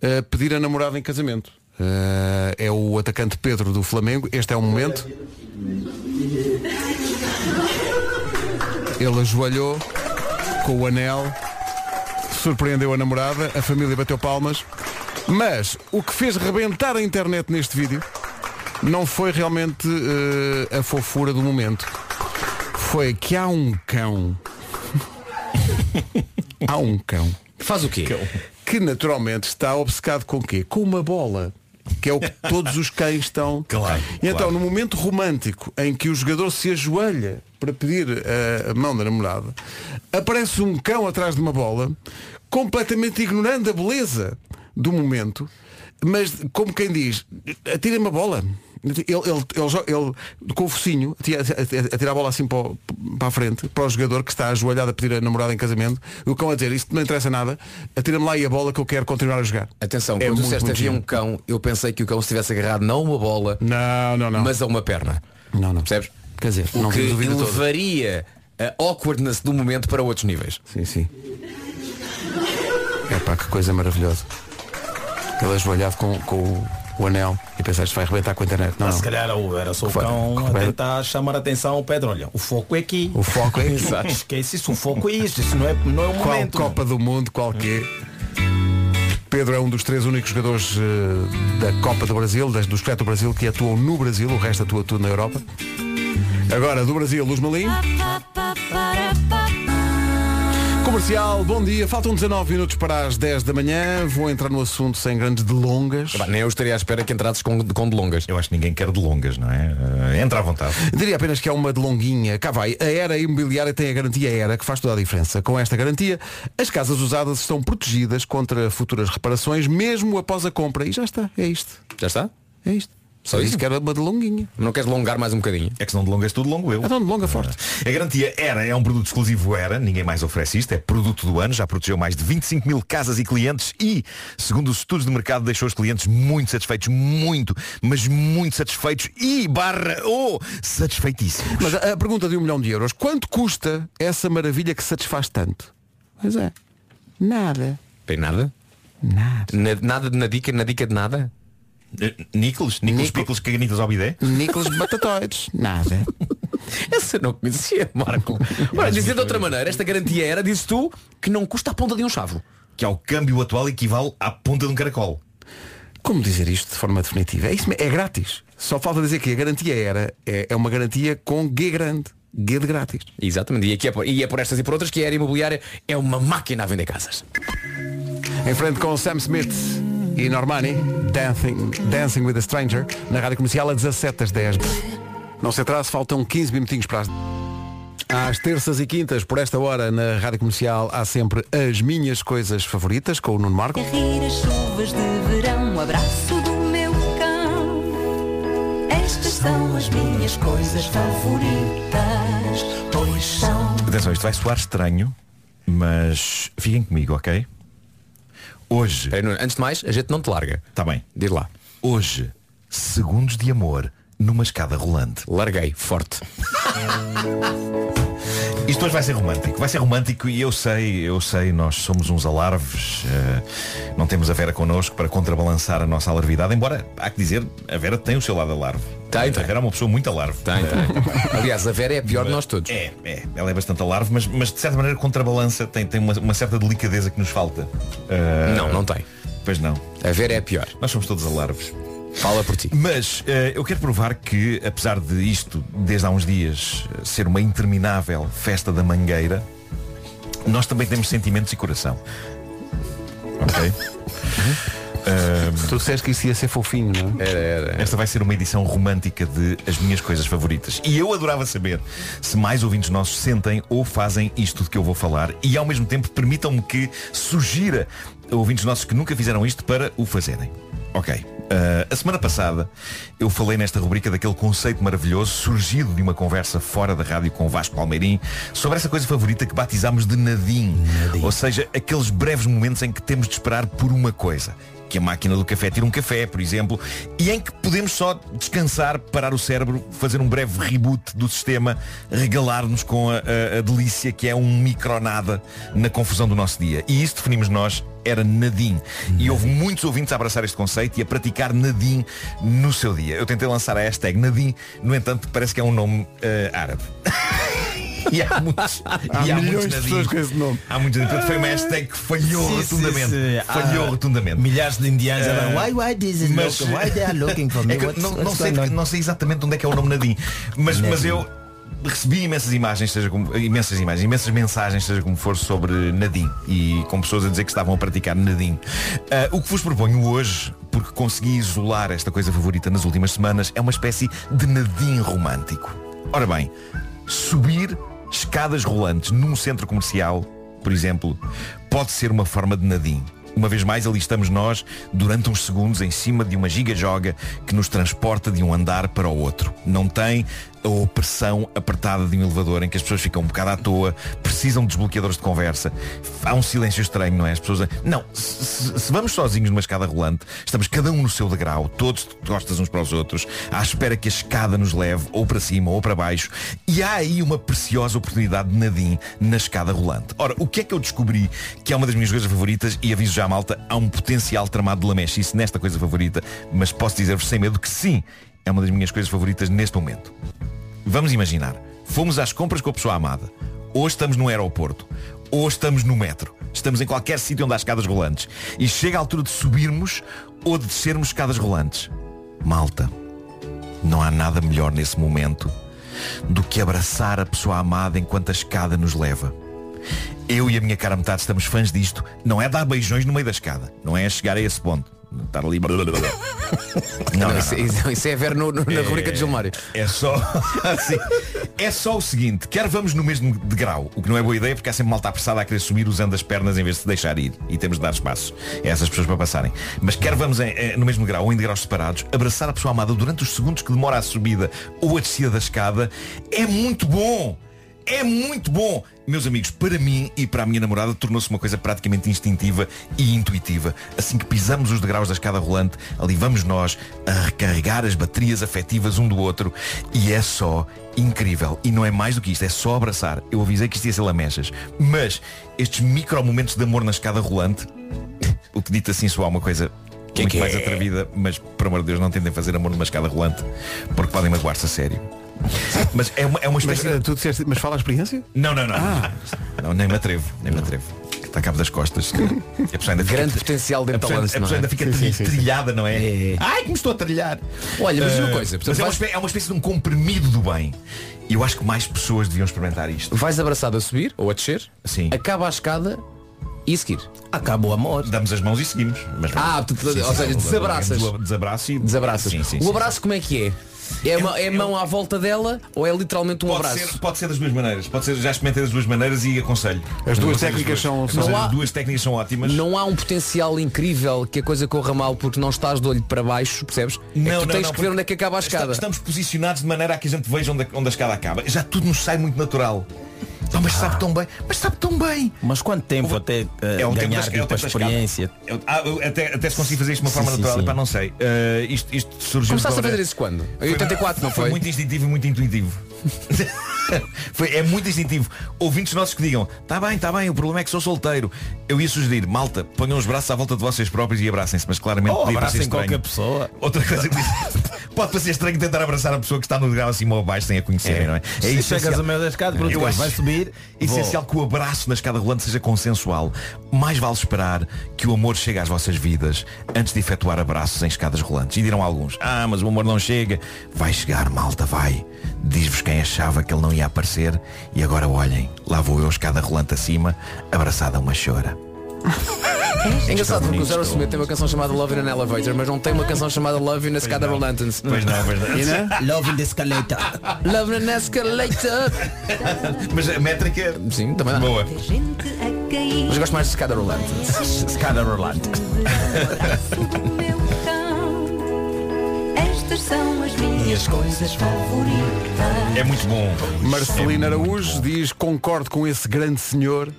B: eh, pedir a namorada em casamento. Eh, é o atacante Pedro do Flamengo. Este é o momento. Ele ajoelhou com o anel, surpreendeu a namorada, a família bateu palmas. Mas o que fez rebentar a internet neste vídeo não foi realmente eh, a fofura do momento. Foi que há um cão. há um cão.
C: Faz o quê?
B: Que naturalmente está obcecado com o quê? Com uma bola. Que é o que todos os cães estão.
G: Claro,
B: E então, no momento romântico em que o jogador se ajoelha para pedir eh, a mão da namorada, aparece um cão atrás de uma bola, completamente ignorando a beleza do momento, mas como quem diz, atira-me a bola, Ele, ele, ele, jo- ele, com o focinho a, tira- a- a tirar a bola assim para, o- para a frente para o jogador que está ajoelhado a pedir a namorada em casamento e o cão a dizer isto não interessa nada atira-me lá e a bola que eu quero continuar a jogar
C: Atenção,
B: É
C: quando
B: muito,
C: disseste
B: muito
C: havia um
B: giro.
C: cão, eu pensei que o cão estivesse agarrado não a uma bola,
B: não, não, não.
C: mas a uma perna.
B: Não, não.
C: Percebes?
B: Quer dizer,
C: o
B: não
C: que
B: tenho dúvida toda.
C: elevaria a awkwardness do momento para outros níveis.
B: Sim, sim. é pá que coisa maravilhosa ele ajoelhado com, com o, o anel e pensaste vai arrebentar com a internet não,
Q: Mas
B: não.
Q: se calhar o era só o
B: Ah. Claro,
Q: cão a
B: claro.
Q: tentar chamar a atenção ao Pedro. Olha, o foco é aqui.
B: O foco é aqui.
Q: Exato. Esquece isso, o foco é isto. Isso não é, não é o
B: Qual
Q: momento.
B: Copa do Mundo, qual que é? Pedro é um dos três únicos jogadores eh, da Copa do Brasil, das, do Espeto Brasil, que atuam no Brasil, o resto atua tudo na Europa. Agora, do Brasil, Luz Malim. Comercial, bom dia. Faltam 19 minutos para as 10 da manhã. Vou entrar no assunto sem grandes delongas.
C: nem eu estaria à espera que entrasses com, com delongas.
G: Eu acho que ninguém quer delongas, não é? Eh, entra à vontade.
B: Diria apenas que é uma delonguinha. Cá vai. A Era Imobiliária tem a garantia Era, que faz toda a diferença. Com esta garantia, as casas usadas estão protegidas contra futuras reparações, mesmo após a compra. E já está. É isto.
C: Já está?
B: É isto. Só isso que era uma delonguinha.
C: Não queres delongar mais um bocadinho?
G: É que se não delongas tudo longo eu.
B: Então, delonga forte.
G: A garantia ERA é um produto exclusivo ERA, ninguém mais oferece isto, é produto do ano, já protegeu mais de 25 mil casas e clientes e, segundo os estudos de mercado, deixou os clientes muito satisfeitos, muito, mas muito satisfeitos e barra ou satisfeitíssimos.
B: Mas a a pergunta de um milhão de euros, quanto custa essa maravilha que satisfaz tanto? Pois é. Nada.
C: Tem nada?
B: Nada.
C: Na, nada de na dica, na dica de nada?
G: Nícolas? Nícolas Picos Caganitas ao bidé?
B: Nicolas Batatoides. Nada.
C: Essa eu não conhecia, Marco. Ora, dizer de outra maneira, esta garantia era, disse tu, que não custa a ponta de um chavo.
G: Que ao câmbio atual equivale à ponta de um caracol.
B: Como dizer isto de forma definitiva? É, isso, mesmo, é grátis. Só falta dizer que a garantia era é, é uma garantia com G grande. G de grátis.
C: Exatamente. E, aqui é por, e é por estas e por outras que a era imobiliária é uma máquina a vender casas.
B: Em frente com Sam Smith e Normani, Dancing, Dancing with a Stranger, na rádio comercial a 17 às 10. Não se atrase, faltam 15 minutinhos para as. Às terças e quintas, por esta hora, na rádio comercial, há sempre as minhas coisas favoritas com o Nuno Marco.
S: Rir as chuvas de verão, um abraço do meu cão. Estas são as minhas coisas favoritas, pois são.
G: Atenção, isto vai soar estranho, mas fiquem comigo, ok? Hoje.
Q: É,
C: antes de mais, a gente não te larga.
G: Está bem.
C: Diz lá.
G: Hoje, segundos de amor numa escada rolante.
C: Larguei, forte.
G: Isto hoje vai ser romântico, vai ser romântico e eu sei, eu sei, nós somos uns alarves, eh, não temos a Vera connosco para contrabalançar a nossa alarvidade, embora há que dizer, a Vera tem o seu lado alarve. Tem, A Vera é uma pessoa muito alarve.
C: Tem, tem. Aliás, a Vera é a pior de nós todos.
G: É, é, ela é bastante alarve, mas, mas de certa maneira contrabalança, tem, tem uma, uma certa delicadeza que nos falta. Eh,
C: Não, não tem.
G: Pois não.
C: A Vera é a pior.
G: Nós somos todos alarves.
C: Fala por ti.
G: Mas eh, eu quero provar que, apesar de isto, desde há uns dias, eh, ser uma interminável festa da mangueira, nós também temos sentimentos e coração. Ok? Ahm,
B: Tu disseste que isso ia ser fofinho, não é?
C: Era, era.
G: esta vai ser uma edição romântica de As Minhas Coisas Favoritas. E eu adorava saber se mais ouvintes nossos sentem ou fazem isto de que eu vou falar e ao mesmo tempo permitam-me que sugira a ouvintes nossos que nunca fizeram isto para o fazerem. Ok. Ah, a semana passada eu falei nesta rubrica daquele conceito maravilhoso surgido de uma conversa fora da rádio com o Vasco Palmeirim sobre essa coisa favorita que batizámos de nadim. Ou seja, aqueles breves momentos em que temos de esperar por uma coisa que a máquina do café tira um café, por exemplo, e em que podemos só descansar, parar o cérebro, fazer um breve reboot do sistema, regalar-nos com a, a- a delícia que é um micronada na confusão do nosso dia. E isso definimos nós era nadim. E houve muitos ouvintes a abraçar este conceito e a praticar nadim no seu dia. Eu tentei lançar a hashtag nadim, no entanto, parece que é um nome eh, árabe. E há muitos,
B: Há
G: e há
B: milhões
G: muitos
B: de
G: nadins.
B: pessoas com esse nome.
G: Há muitos, portanto, foi uma hashtag é que falhou
Q: Sim, sim,
G: rotundamente.
Q: sim.
G: Falhou
Q: Há
G: rotundamente.
Q: Milhares de indianos a dar,
G: Eh,
Q: why, why this is
G: mas-
Q: local? Why they are looking for me?
G: É que eu
Q: What's-
G: não, não
Q: what's
G: sei,
Q: going on?
G: não sei exatamente onde é que é o nome Nadim, mas,
Q: Nadim.
G: mas eu recebi imensas imagens, seja como, imensas imagens, imensas mensagens, seja como for, sobre Nadim e com pessoas a dizer que estavam a praticar Nadim. Ah, o que vos proponho hoje, porque consegui isolar esta coisa favorita nas últimas semanas, é uma espécie de Nadim romântico. Ora bem, subir escadas rolantes num centro comercial, por exemplo, pode ser uma forma de Nadim. Uma vez mais, ali estamos nós, durante uns segundos, em cima de uma giga-joga que nos transporta de um andar para o outro. Não tem a opressão apertada de um elevador em que as pessoas ficam um bocado à toa, precisam de desbloqueadores de conversa. Há um silêncio estranho, não é? As pessoas. Não, se, se- se vamos sozinhos numa escada rolante, estamos cada um no seu degrau, todos de costas uns para os outros, à espera que a escada nos leve ou para cima ou para baixo. E há aí uma preciosa oportunidade de nadim na escada rolante. Ora, o que é que eu descobri que é uma das minhas coisas favoritas e aviso já à malta, há um potencial tramado de lamechice nesta coisa favorita, mas posso dizer-vos sem medo que sim, é uma das minhas coisas favoritas neste momento. Vamos imaginar, fomos às compras com a pessoa amada. Ou estamos no aeroporto, ou estamos no metro. Estamos em qualquer sítio onde há escadas rolantes. E chega a altura de subirmos ou de descermos escadas rolantes. Malta, não há nada melhor nesse momento do que abraçar a pessoa amada enquanto a escada nos leva. Eu e a minha cara metade estamos fãs disto. Não é dar beijões no meio da escada. Não é chegar a esse ponto. Estar ali. Não,
C: Não, isso- isso- isso é ver no- no- na rubrica de Gilmário.
G: É só. assim, é só o seguinte: quer vamos no mesmo degrau, o que não é boa ideia porque há sempre malta apressada a querer subir usando as pernas em vez de se deixar ir. E temos de dar espaço a essas pessoas para passarem. Mas quer vamos em- eh, no mesmo degrau ou em degraus separados, abraçar a pessoa amada durante os segundos que demora a subida ou a descida da escada é muito bom. É muito bom. Meus amigos, para mim e para a minha namorada tornou-se uma coisa praticamente instintiva e intuitiva. Assim que pisamos os degraus da escada rolante, ali vamos nós a recarregar as baterias afetivas um do outro e é só incrível. E não é mais do que isto, é só abraçar. Eu avisei que isto ia ser lamechas. Mas estes micro momentos de amor na escada rolante, o que dito assim soa uma coisa
C: é
G: muito mais atrevida, mas por amor de Deus não tentem fazer amor numa escada rolante porque podem magoar-se a sério. Mas é uma, é uma espécie
B: Mas, eh, tu disseste, mas fala a experiência? Ah.
G: não, não, não. Não, nem me atrevo, nem me atrevo. Que Está a cabo das costas. E a pessoa ainda fica,
C: Grande potencial
G: a
C: dentro da
G: pessoa,
C: lance, é?
G: a pessoa ainda fica tri- trilhada, não é? Ai, como estou a trilhar.
C: Olha, mas
G: Eh,
C: uma coisa, portanto,
G: mas é, uma
C: vais-
G: espé- é uma espécie de um comprimido do bem. E eu acho que mais pessoas deviam experimentar isto.
C: Vais abraçado a subir ou a descer,
G: Sim.
C: acaba a escada e a seguir.
Q: Acaba o amor.
G: Damos as mãos e seguimos. Mas
C: ah, portanto,
G: Sim, sim,
C: ou seja,
G: sim.
C: desabraças.
G: Desabraço e
C: Desabraças.
G: Sim, sim,
C: o
G: sim.
C: abraço como é que é? É, uma- é mão à volta dela ou é literalmente um
G: Pode
C: abraço?
G: ser, pode ser das duas maneiras. Pode ser, já experimentei das duas maneiras e aconselho.
C: As duas
G: Aconselho
C: técnicas
G: duas.
C: são- são-
G: Aconselho
C: Não há-
G: As duas técnicas são ótimas.
C: Não há um potencial incrível que a coisa corra mal porque não estás de olho para baixo, percebes? É que tu tens que ver
G: porque
C: onde é que acaba a escada.
G: Estamos posicionados de maneira a que a gente veja onde, a- onde a escada acaba. Já tudo nos sai muito natural. Pá, mas
C: Ah.
G: sabe tão bem. Mas sabe tão bem.
Q: Mas quanto tempo até eh,
G: É o tempo
Q: ganhar
G: das- é o
Q: tipo,
G: tempo
Q: a
G: das
Q: experiência?
G: Eu- ah, eu até, até se consegui fazer isto de uma
Q: Sim,
G: forma
Q: sim,
G: natural,
Q: sim.
G: epá, não sei. Eh, isto, isto surgiu de
C: Começaste a
G: uma maneira-
C: fazer isso quando? Em 84, não foi?
G: muito instintivo e muito intuitivo. Foi- é muito instintivo. Ouvintes nossos que digam, tá bem, tá bem, o problema é que sou solteiro. Eu ia sugerir, malta, ponham os braços à volta de vocês próprios e abracem-se, mas claramente
Q: Ou
G: podia parecer
Q: Oh, abracem
G: estranho.
Q: qualquer pessoa.
G: Outra coisa que pode parecer estranho tentar abraçar a pessoa que está no degrau acima ou abaixo sem a conhecerem,
Q: É.
G: não é?
Q: Se
G: é
Q: chegas ao meio da escada, pronto,
G: Eu
Q: vai
G: acho
Q: subir,
G: Essencial que o abraço na escada rolante seja consensual. Mais vale esperar que o amor chegue às vossas vidas antes de efetuar abraços em escadas rolantes. E dirão alguns, ah, mas o amor não chega. Vai chegar, malta, vai. Diz-vos quem achava que ele não ia aparecer. E agora olhem, lá vou eu, escada rolante acima, abraçada a uma chora.
C: É engraçado porque o Zero Smith tem uma canção chamada Love in an Elevator, mas não tem uma canção chamada Love in a Escada Rolante. É,
G: Pois não, pois não.
C: E não?
Q: Love in the escalator.
C: Love in an Escalator.
G: Mas a métrica. é
C: Sim, também dá.
G: Boa.
C: Mas gosto mais de escada rolante.
G: Escada rolante.
S: Estas são as minhas coisas favoritas.
G: É muito bom. É
B: Marcelina Araújo diz, concordo com esse grande senhor.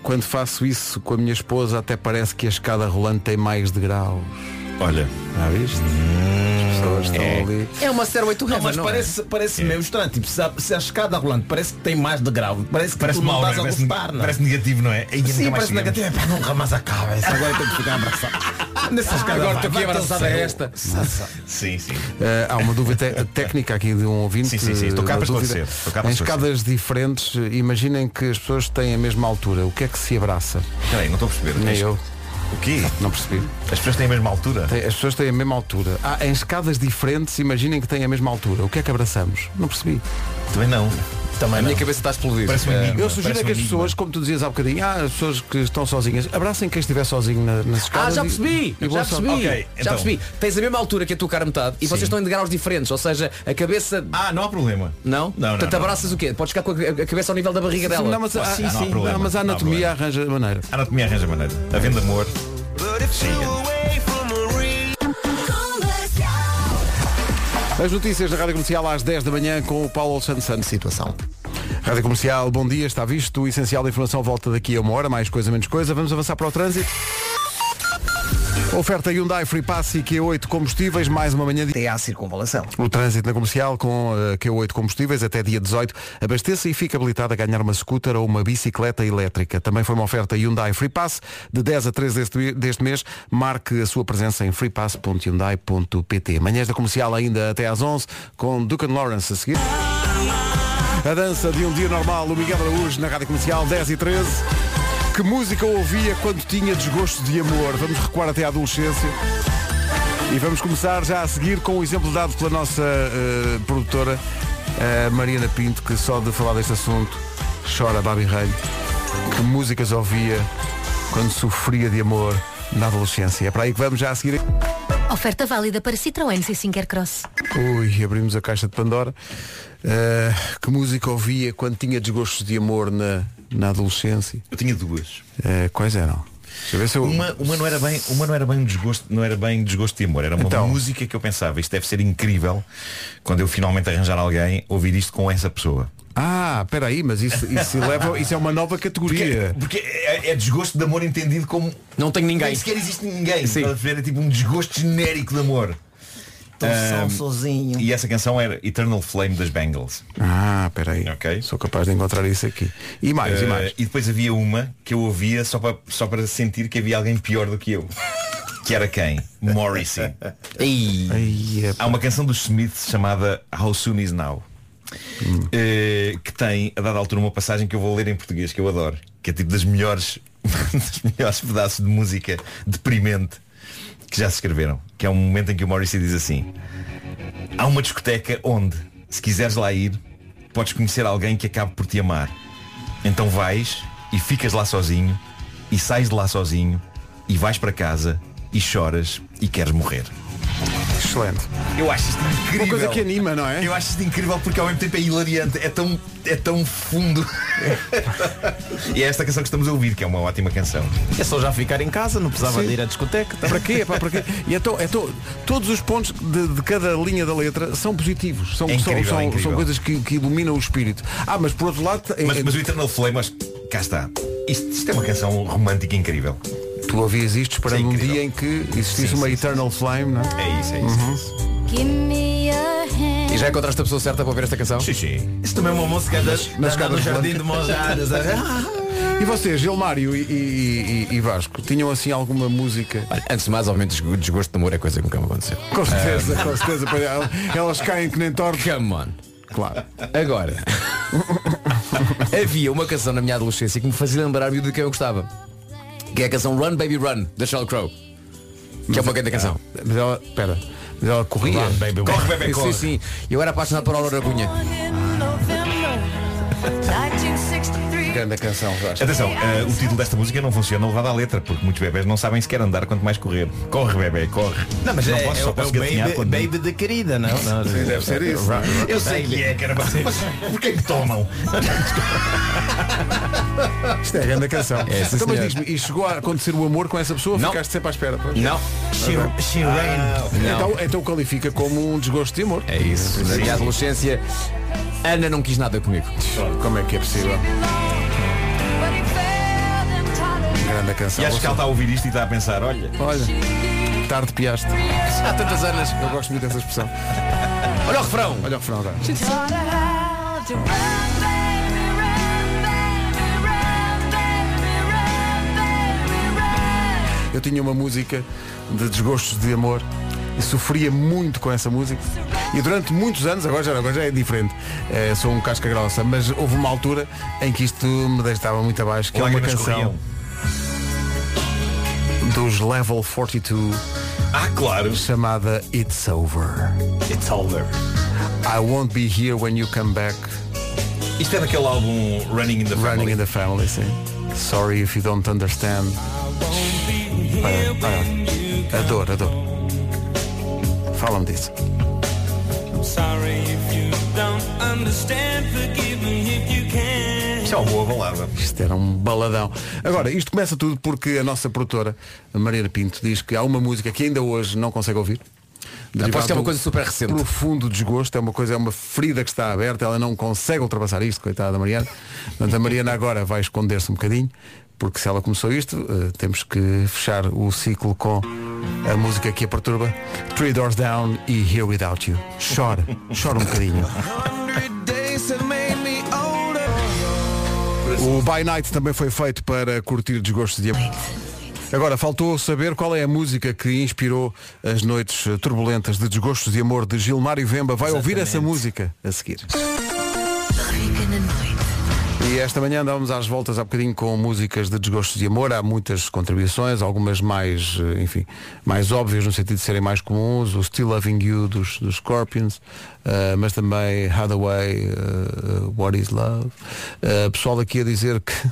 B: Quando faço isso com a minha esposa, até parece que a escada rolante tem mais degraus.
G: Olha.
B: Já viste? As pessoas estão ali.
C: É uma stairway to
Q: Não, mas parece,
G: É.
Q: parece meio estranho. Tipo, se a, se a escada rolante parece que tem mais degrau. Parece que
G: Parece
Q: tu
G: mal,
Q: não
G: não é?
Q: estás a
G: Parece-
Q: gostar, não é?
G: parece negativo, não é? Aí nunca
Q: Sim,
G: mais
Q: parece
G: chegamos.
Q: negativo. É, pá, nunca mais
G: Ah,
Q: acaba. Isso agora tem que ficar abraçado. Nessa escada
C: Agora
Q: vai,
C: estou aqui
Q: vai
C: abraçado
Q: ter o
C: a
Q: céu.
C: esta.
G: Sim, sim.
B: Eh, há uma dúvida te- técnica aqui de um ouvinte.
G: Sim, sim, sim. Estou cá
B: Uma
G: para
B: dúvida.
G: esclarecer. Estou cá para
B: Em
G: esclarecer.
B: escadas diferentes, eh, imaginem que as pessoas têm a mesma altura. O que é que se abraça?
G: Espera aí, não estou a perceber.
B: Nem
G: As-
B: eu.
G: O quê?
B: Não percebi.
G: As pessoas têm a mesma altura?
B: Tem- As pessoas têm a mesma altura. Ah, em escadas diferentes, imaginem que têm a mesma altura. O que é que abraçamos? Não percebi.
G: Também não.
Q: Também
C: A minha cabeça está a explodir.
G: Parece um
C: É.
G: enigma.
B: Eu sugiro é
G: parece um
B: que as
G: enigma.
B: pessoas, como tu dizias há bocadinho, ah, as pessoas que estão sozinhas, abracem quem estiver sozinho na, nas
C: Ah,
B: escadas.
C: já
B: e-
C: percebi!
B: e boa
C: já
B: sorte.
C: percebi!
B: Ok,
C: Já
B: então.
C: percebi. Tens a mesma altura que a tua cara metade e vocês estão em degraus diferentes, ou seja, a cabeça.
G: Ah, não há problema.
C: Não?
G: não,
C: Portanto,
G: não.
C: abraças o quê? Podes ficar com a a cabeça ao nível da barriga dela.
B: Não, é mas,
C: Ah,
B: a-
C: sim,
B: ah,
C: sim.
G: Ah,
B: não, mas a anatomia arranja maneira.
G: A anatomia arranja maneira. Havendo amor,
B: As notícias da Rádio Comercial às 10 da manhã com o Paulo Santos Santos. Situação. Rádio Comercial, bom dia, está visto. O essencial da informação volta daqui a uma hora, mais coisa, menos coisa. Vamos avançar para o trânsito. Oferta Hyundai Free Pass e Q8 combustíveis, mais uma manhã de...
L: Até à circunvalação.
B: O trânsito na comercial com eh, Q8 combustíveis até dia 18. Abasteça e fica habilitado a ganhar uma scooter ou uma bicicleta elétrica. Também foi uma oferta Hyundai Free Pass de 10 a 13 deste, deste mês. Marque a sua presença em freepass.hyundai.pt. Manhãs da comercial ainda até às 11 com Ducan Lawrence a seguir. A dança de um dia normal, o Miguel Araújo na Rádio Comercial 10 e 13. Que música ouvia quando tinha desgosto de amor? Vamos recuar até à adolescência. E vamos começar já a seguir com o exemplo dado pela nossa eh, produtora eh, Mariana Pinto, que só de falar deste assunto chora Babi Rei. Que músicas ouvia quando sofria de amor na adolescência? É para aí que vamos já a seguir.
T: Oferta válida para Citroën C5 Aircross.
B: Ui, abrimos a caixa de Pandora. Uh, que música ouvia quando tinha desgostos de amor na, na adolescência?
G: Eu tinha duas.
B: Uh, quais eram? Deixa eu ver se eu...
G: Uma, uma, não era bem, uma não era bem um desgosto, não era bem desgosto de amor, era uma
B: Então.
G: música que eu pensava, isto deve ser incrível quando eu finalmente arranjar alguém, ouvir isto com essa pessoa.
B: Ah, peraí, mas isso, isso, leva, isso é uma nova categoria.
G: Porque é, é desgosto de amor entendido como
C: Não tenho ninguém.
G: Nem sequer existe ninguém. Estás a ver? É tipo um desgosto genérico de amor.
Q: Tão
G: Ahm,
Q: só sozinho.
G: E essa canção era Eternal Flame das Bengals.
B: Ah, peraí. Sou capaz de encontrar isso aqui. E mais, e
G: Eh,
B: mais.
G: E depois havia uma que eu ouvia só para, só para sentir que havia alguém pior do que eu. Que era quem? Morrissey. Há uma canção dos Smiths chamada How Soon Is Now. eh, que tem, a dada altura, uma passagem que eu vou ler em português, que eu adoro, que é tipo das melhores, dos melhores pedaços de música deprimente que já se escreveram. Que é um momento em que o Morrissey diz assim Há uma discoteca onde, se quiseres lá ir, podes conhecer alguém que acabe por te amar. Então vais e ficas lá sozinho e sais de lá sozinho e vais para casa e choras e queres morrer.
B: Excelente.
G: Eu acho isto incrível.
B: Uma coisa que anima, não é?
G: Eu acho isto incrível porque ao mesmo tempo é hilariante, é tão, é tão fundo. e é esta canção que estamos a ouvir, que é uma ótima canção.
Q: É só já ficar em casa, não precisava
B: Sim.
Q: de ir à discoteca. tá?
B: Para quê? Pá, para quê? E então, então, todos os pontos de, de cada linha da letra são positivos. São,
G: É incrível,
B: são,
G: é
B: são,
G: incrível.
B: são coisas que, que iluminam o espírito. Ah, mas por outro lado. eh,
G: Mas,
B: eh,
G: mas o Eternal Flame, mas cá está. Isto, isto é uma canção romântica incrível.
B: Tu ouvias isto esperando um dia em que existisse
G: Sim,
B: uma
G: sim,
B: Eternal Flame, não é?
G: É isso, é isso.
E: Give me a hand.
C: E já é encontraste a pessoa certa para ouvir esta canção?
G: Sim, sim.
Q: Isto também é uma música das,
B: Nas
Q: das, do
B: escadas
Q: jardim de é?
B: rolantes.
Q: Monjadas.
B: E vocês, Gilmário e, e- e- e Vasco, tinham assim alguma música?
G: Ah,
C: Antes de mais, obviamente, desgo- desgosto de amor é coisa que nunca me aconteceu.
B: Com certeza,
C: Ah,
B: com certeza. pois é, Elas caem que nem torres.
C: Come on.
B: Claro.
C: Agora, havia uma canção na minha adolescência que me fazia lembrar-me de quem eu gostava. Que é a canção Run Baby Run, da Sheryl Crow. Que é uma grande canção.
B: Mas ela, espera, mas ela corria.
C: Run, baby, run.
B: Corre, bebê, corre.
C: Sim, sim. Eu era apaixonado por Aurora Cunha.
B: Grande canção, Vasco.
G: Atenção,
B: é,
G: eh, o título desta música não funciona levado à letra, porque muitos bebés não sabem sequer andar quanto mais correr. Corre, bebê, corre.
Q: Não, mas é,
G: posso,
Q: é,
G: só
Q: o- é
G: posso
Q: o
G: gatinhar
Q: baby,
G: quando-
Q: baby da querida, não? não
G: Sim, deve ser isso. Eu sei que é, caramba. Mas porquê que tomam?
B: Isto é a grande canção.
G: É, sim,
B: então, mas
G: senhor.
B: diz-me, e chegou a acontecer o amor com essa pessoa?
C: Não.
B: Ficaste sempre à espera? pois?
C: Não.
B: Ok.
Q: Ah,
B: Então, então qualifica como um desgosto de amor.
C: É isso. Na
Q: né?
C: minha adolescência, Ana não quis nada comigo.
B: Como é que é possível? Grande canção.
G: E acho que ela está a ouvir isto e está a pensar, olha.
B: Olha, tarde piaste.
C: Há tantas anos.
B: Eu gosto muito dessa expressão.
C: Olha o refrão.
B: Olha o refrão agora. Eu tinha uma música de desgostos de amor e sofria muito com essa música. E durante muitos anos, agora já, agora já é diferente, eh, sou um casca grossa, mas houve uma altura em que isto me deixava muito abaixo, que é uma
G: Lágrimas
B: canção dos Level 42
G: Ah, claro.
B: chamada It's Over.
G: It's over.
B: I won't be here when you come back.
G: Isto é daquele álbum Running in the Family.
B: Running in the family, sim. Sorry if you don't understand. Olha, olha. Adoro, adoro. Fala-me disso.
R: Sorry if you don't understand, forgive me if you can.
G: Isto é uma boa balada.
B: Isto era um baladão. Agora, isto começa tudo porque a nossa produtora, a Mariana Pinto, diz que há uma música que ainda hoje não consegue ouvir, derivado
C: que é uma
B: do
C: coisa super recente.
B: Profundo desgosto, é uma coisa, é uma ferida que está aberta, ela não consegue ultrapassar isto, coitada da Mariana. Portanto, a Mariana agora vai esconder-se um bocadinho, porque se ela começou isto, eh, temos que fechar o ciclo com a música que a perturba. Three Doors Down e Here Without You. Chora, chora um bocadinho. O By Night também foi feito para curtir desgostos de amor. Agora, faltou saber qual é a música que inspirou as noites eh, turbulentas de desgostos de amor de Gilmário Vemba. Vai ouvir essa música a seguir. E esta manhã andávamos às voltas há bocadinho com músicas de desgostos de amor. Há muitas contribuições, algumas mais, eh, enfim, mais óbvias no sentido de serem mais comuns. O Still Loving You dos, dos Scorpions, eh, mas também Hathaway, eh, What Is Love. Eh, pessoal aqui a dizer que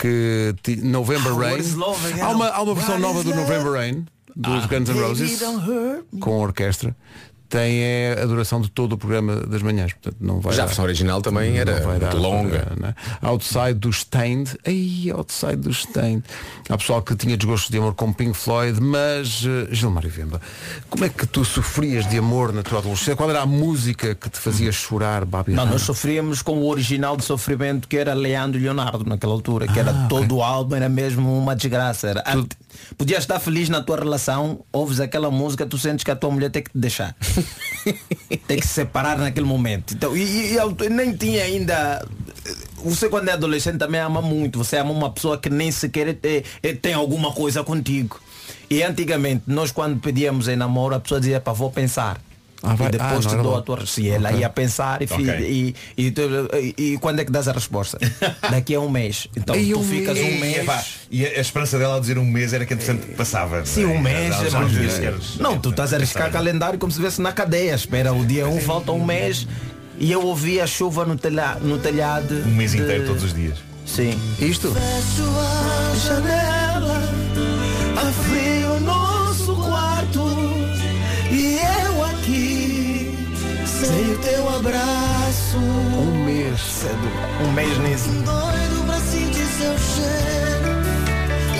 B: que ti- November
R: Ah, What
B: Rain.
R: Is Love again?
B: Há uma, há uma versão
R: What
B: nova
R: is
B: do
R: love? Ah.
B: November Rain dos Guns N'
R: Baby,
B: Roses
R: don't hurt
B: com orquestra. Tem é, a duração de todo o programa das manhãs, portanto não vai
C: Já a
B: dar-
C: versão original também
B: não
C: era
B: vai dar-
C: muito longa.
B: né? Outside do Stained. Ai, outside do Stained. Há pessoal que tinha desgosto de amor com Pink Floyd, mas eh, Gilmário Vemba, como é que tu sofrias de amor na tua adolescência? Qual era a música que te fazia chorar, Babi?
Q: Não, nós sofríamos com o original de sofrimento que era Leandro Leonardo naquela altura,
B: Ah,
Q: que era todo o álbum, era mesmo uma desgraça. Era, Ah, Podias estar feliz na tua relação, ouves aquela música, tu sentes que a tua mulher tem que te deixar. tem que se separar naquele momento. Então, e, e- e eu nem tinha ainda. Você quando é adolescente também ama muito. Você ama uma pessoa que nem sequer te- eh, tem alguma coisa contigo. E antigamente, nós quando pedíamos em namoro, a pessoa dizia, pá, vou pensar.
B: Ah, vai-
Q: e
B: ah,
Q: depois
B: não
Q: te
B: era
Q: dou a
B: logo.
Q: tua se ela
B: Ok.
Q: ia pensar e, fi-
B: Ok.
Q: e, e, tu- e- e quando é que dás a resposta? Daqui a um mês. Então
G: E
Q: tu ficas um mês.
G: E, É epá, e a, a esperança dela ao dizer um mês era que entretanto passava. é?
Q: Sim, um mês.
G: Já- já
Q: mas-
G: não devia sequer-
Q: não, tu estás a arriscar calendário como se estivesse na cadeia. Espera, o dia 1 um, falta um mês e eu ouvi a chuva no, telha, no telhado. Um
G: mês inteiro, todos os dias.
Q: Sim.
B: Isto?
R: Fecho a janela, abri o nosso quarto e eu aqui sem o teu abraço.
B: Um mês.
Q: Um mês nisso.
R: Doido pra sentir seu cheiro,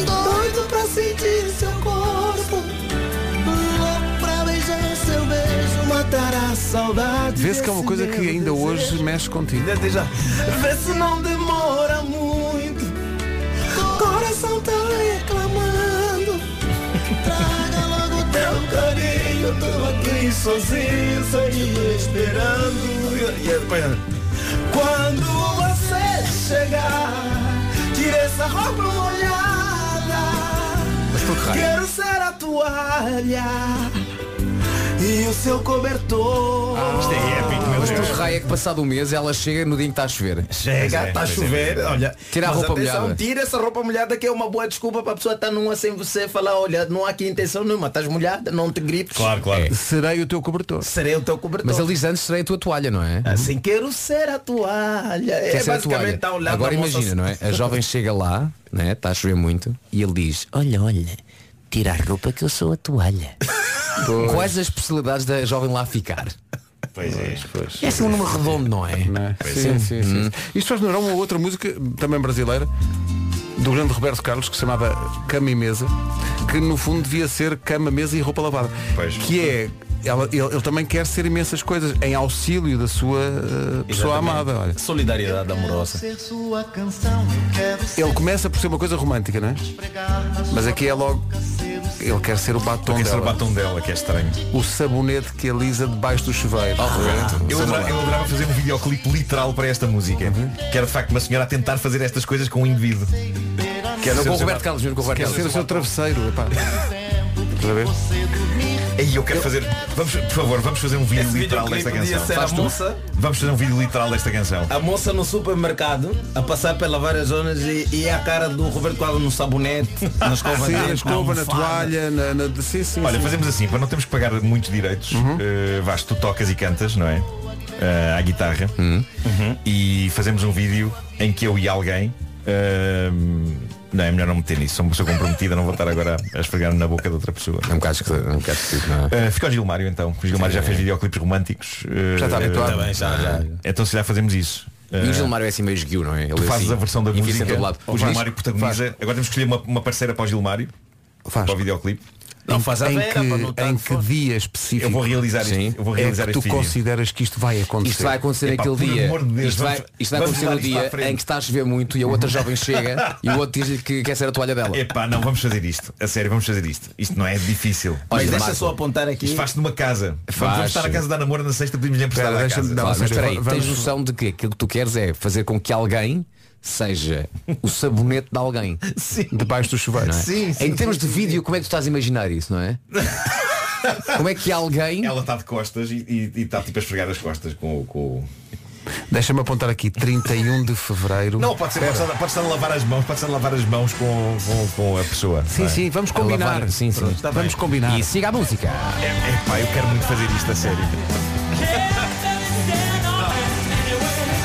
R: doido pra sentir seu corpo, louco pra beijar seu beijo, matará a saudade.
B: Vê-se que é uma
R: desse
B: coisa que
R: meu
B: ainda hoje mexe contigo.
R: Vê se não demora muito. Coração tá reclamando. Traga logo teu carinho. Tô aqui sozinho, só te esperando. E- e depois- Quando você chegar, tira essa roupa molhada.
C: Mas por que raio?
R: Quero ser a toalha e o seu cobertor.
B: Ah,
C: Isto é épico, Mas por que raio é que passado um mês ela chega no dia em que está a chover?
B: É
Q: Chega, está a chover, olha.
C: Tira a
Q: mas
C: roupa
Q: atenção,
C: molhada.
Q: Tira essa roupa molhada que é uma boa desculpa para a pessoa estar numa sem você falar, olha, não há aqui intenção nenhuma, estás molhada, não te gripes.
G: um claro.
Q: É.
B: Serei o teu cobertor.
Q: Serei o teu cobertor.
C: Mas ele diz antes serei a tua toalha, não é?
Q: Assim quero ser a toalha.
C: Quer
Q: É
C: ser a
Q: basicamente
C: toalha.
B: um
Q: está olhando
C: Agora
Q: a moça- assim.
C: imagina, não é? A jovem chega lá, né? está a chover muito, e ele diz, olha, olha, tira a roupa que eu sou a toalha. Quais as possibilidades da jovem lá ficar?
G: Pois é,
C: É assim um número redondo, não é?
B: Sim, sim, sim. Isto faz lembrar uma outra música, também brasileira, do grande Roberto Carlos, que se chamava Cama e Mesa, que no fundo devia ser cama, mesa e roupa lavada. Que é. ela- ele, ele também quer ser imensas coisas em auxílio da sua eh, pessoa
Q: Exatamente.
B: amada. Olha.
Q: Solidariedade amorosa.
R: Ser sua canção, eu quero ser.
B: Ele começa por ser uma coisa romântica, não é? Mas aqui é logo. Ele quer ser o batom
G: Quer
B: dela.
G: ser o batom dela, que é estranho.
B: O sabonete que alisa debaixo do chuveiro.
G: Eu adorava, eu adorava fazer um videoclipe literal para esta música.
Q: Uhum.
G: Que era de facto uma senhora a tentar fazer estas coisas com um indivíduo.
B: Não, com o Roberto
C: Carlos,
B: com o Roberto Carlos. Quer ser o seu travesseiro, epá. Estás a ver?
G: Aí eu quero fazer. Vamos, por favor, vamos fazer um vídeo literal
Q: videoclipe
G: desta
Q: podia
G: canção.
Q: ser a
G: Faz tu.
Q: moça-
G: Vamos fazer um vídeo literal desta canção.
Q: A moça no supermercado a passar pela várias zonas e, e a cara do Roberto Carlos no sabonete, na escova
B: Sim,
Q: de
B: na
Q: dente,
B: escova, na
Q: almofada.
B: toalha, na, na- sim, sim,
G: Olha,
B: sim.
G: fazemos assim, para não termos que pagar muitos direitos,
C: Uhum.
G: eh, Vasco, tu tocas e cantas, não é? Eh, à guitarra. Uhum. E fazemos um vídeo em que eu e alguém. eh, não, é melhor não meter nisso, sou uma pessoa comprometida, não vou estar agora a esfregar na boca de outra pessoa.
C: Não queres que não queres que não
G: Eh, fica o Gilmário então. O Gilmário já
C: É um Sim.
G: fez videoclipes românticos. eh,
C: Já está habituado.
G: eh,
C: Também, já, já.
G: Então se já fazemos isso.
C: E o
G: Eh,
C: Gilmário é assim meio esguio, não é? Ele
G: tu
C: é
G: fazes
C: assim,
G: a versão da
C: enfia-se em
G: música.
C: todo lado.
G: O é
C: Faz.
G: Gilmário protagoniza. Agora temos que escolher uma, uma parceira para o Gilmário. Para o videoclipe.
B: em,
G: faz à
B: em
G: vera,
B: que,
G: pá, não tá
B: em
G: de
B: que
G: fora.
B: dia específico
G: Eu vou realizar isto, eu vou realizar
B: é que tu
G: este vídeo.
B: consideras que isto vai acontecer
C: Isto vai acontecer
B: Epá,
C: naquele
B: por
C: dia.
B: amor de Deus,
C: isto vai,
B: vamos-
C: isto vai
B: vamos
C: acontecer
B: levar
C: no
B: isto à
C: dia
B: frente.
C: em que está a chover muito e a outra jovem chega e o outro diz-lhe que quer ser a toalha dela.
G: Epá, não, vamos fazer isto. A sério, vamos fazer isto. Isto não é difícil.
Q: Mas
G: Isto-
Q: deixa só apontar aqui.
G: Isto faz-se numa casa.
C: Faz.
G: Vamos, vamos estar a casa da namora na sexta, pedimos-lhe emprestada à casa.
C: Claro, mas espera aí, tens
G: vamos-
C: noção de que aquilo que tu queres é fazer com que alguém seja o sabonete de alguém
B: debaixo do chuveiro.
C: Não é?
B: Sim, sim,
C: em termos de vídeo, como é que tu estás a imaginar isso, não é? Como é que alguém.
G: Ela está de costas e- e e está tipo a esfregar as costas com o- com o.
B: Deixa-me apontar aqui, 31 de Fevereiro.
G: Não, pode ser, pode
B: Espera.
G: ser, pode ser lavar as mãos, pode ser lavar as mãos com, com, com a pessoa.
B: Sim,
G: Vai.
B: sim, vamos combinar. Tá
G: Lavar-
B: Sim, sim.
G: Pronto, está
B: Vamos combinar.
C: E siga a música.
G: É, é pá, eu quero muito fazer isto a sério.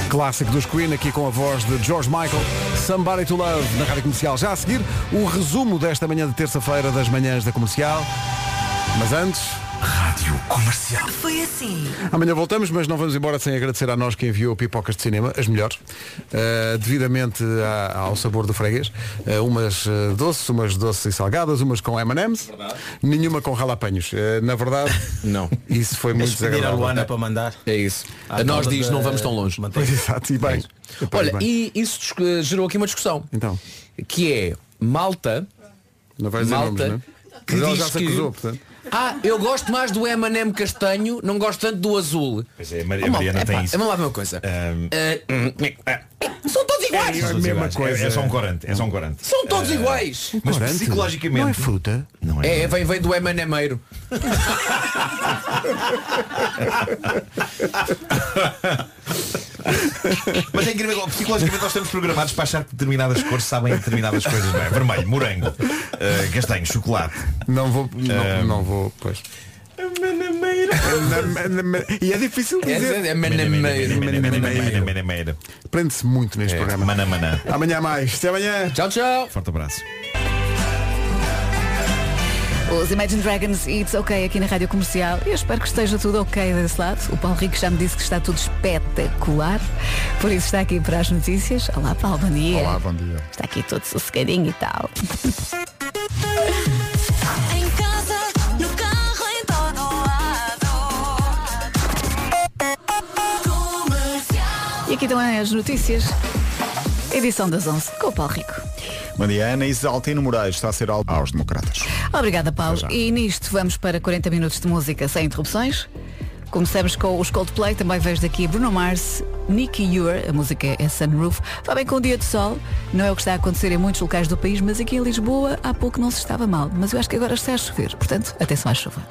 B: Clássico dos Queen, aqui com a voz de George Michael, Somebody to Love, na Rádio Comercial. Já a seguir, o resumo desta manhã de terça-feira das manhãs da Comercial. Mas antes... Rádio Comercial.
I: Foi assim.
B: Amanhã voltamos, mas não vamos embora sem agradecer a nós que enviou pipocas de cinema, as melhores, eh, devidamente à- ao sabor do freguês. Eh, umas eh, doces, umas doces e salgadas, umas com M&M's, nenhuma com ralapanhos. Eh, na verdade,
C: não.
B: Isso foi muito
Q: Deixa pedir a
B: desagradável.
Q: Luana para mandar.
C: É isso.
Q: À
C: a nós
Q: volta
C: diz,
Q: da-
C: não vamos tão longe.
B: Pois, exato, e bem. Epá,
C: Olha,
B: bem.
C: e isso discu- eh, gerou aqui uma discussão.
B: Então.
C: Que é Malta.
B: Não vai dizer
C: Malta.
B: nomes, não é?
C: que
B: Mas ela
C: diz
B: já se
C: que-
B: acusou, portanto.
C: Ah, eu gosto mais do M&M castanho, não gosto tanto do azul.
G: Pois é, a Mar-
C: Oh,
G: a
C: malta,
G: Mariana tem
C: epá,
G: isso.
C: Vamos lá ver uma coisa. Eh,
G: São
C: todos iguais!
G: É, a mesma coisa. É, só um corante, é só um corante.
C: São todos iguais.
G: Mas psicologicamente.
C: Um Não é
B: fruta?
G: Não é.
C: É, vem, vem do Emanemeiro.
G: Mas é incrível, como psicologicamente nós estamos programados para achar que determinadas cores sabem determinadas coisas, não é? Vermelho, morango, eh, castanho, chocolate.
B: Não vou, não, não vou, pois.
G: É
B: E é difícil dizer.
G: Manameira.
B: Prende-se muito
G: É,
B: neste programa.
G: Manamanã.
B: Amanhã mais. Até amanhã.
C: Tchau, tchau.
G: Forte abraço.
U: Os Imagine Dragons e It's OK aqui na Rádio Comercial. Eu espero que esteja tudo ok desse lado. O Paulo Rico já me disse que está tudo espetacular. Por isso está aqui para as notícias. Olá Paulo, bom dia.
V: Olá, bom dia.
U: Está aqui todo sossegadinho e tal.
E: Em casa, no carro, em todo lado. Comercial.
U: E aqui também as notícias. Edição das 11 com o Paulo Rico.
V: Bom dia, Ana Isaltino Moraes está a ser alvo aos democratas.
U: Obrigada Paulo.
V: Até já.
U: E nisto vamos para 40 minutos de música sem interrupções. Começamos com os Coldplay, também vejo daqui Bruno Mars, Nicky Ure, a música é Sunroof. Vai bem com o dia de sol, não é o que está a acontecer em muitos locais do país, mas aqui em Lisboa há pouco não se estava mal. Mas eu acho que agora está a chover, portanto, atenção à chuva.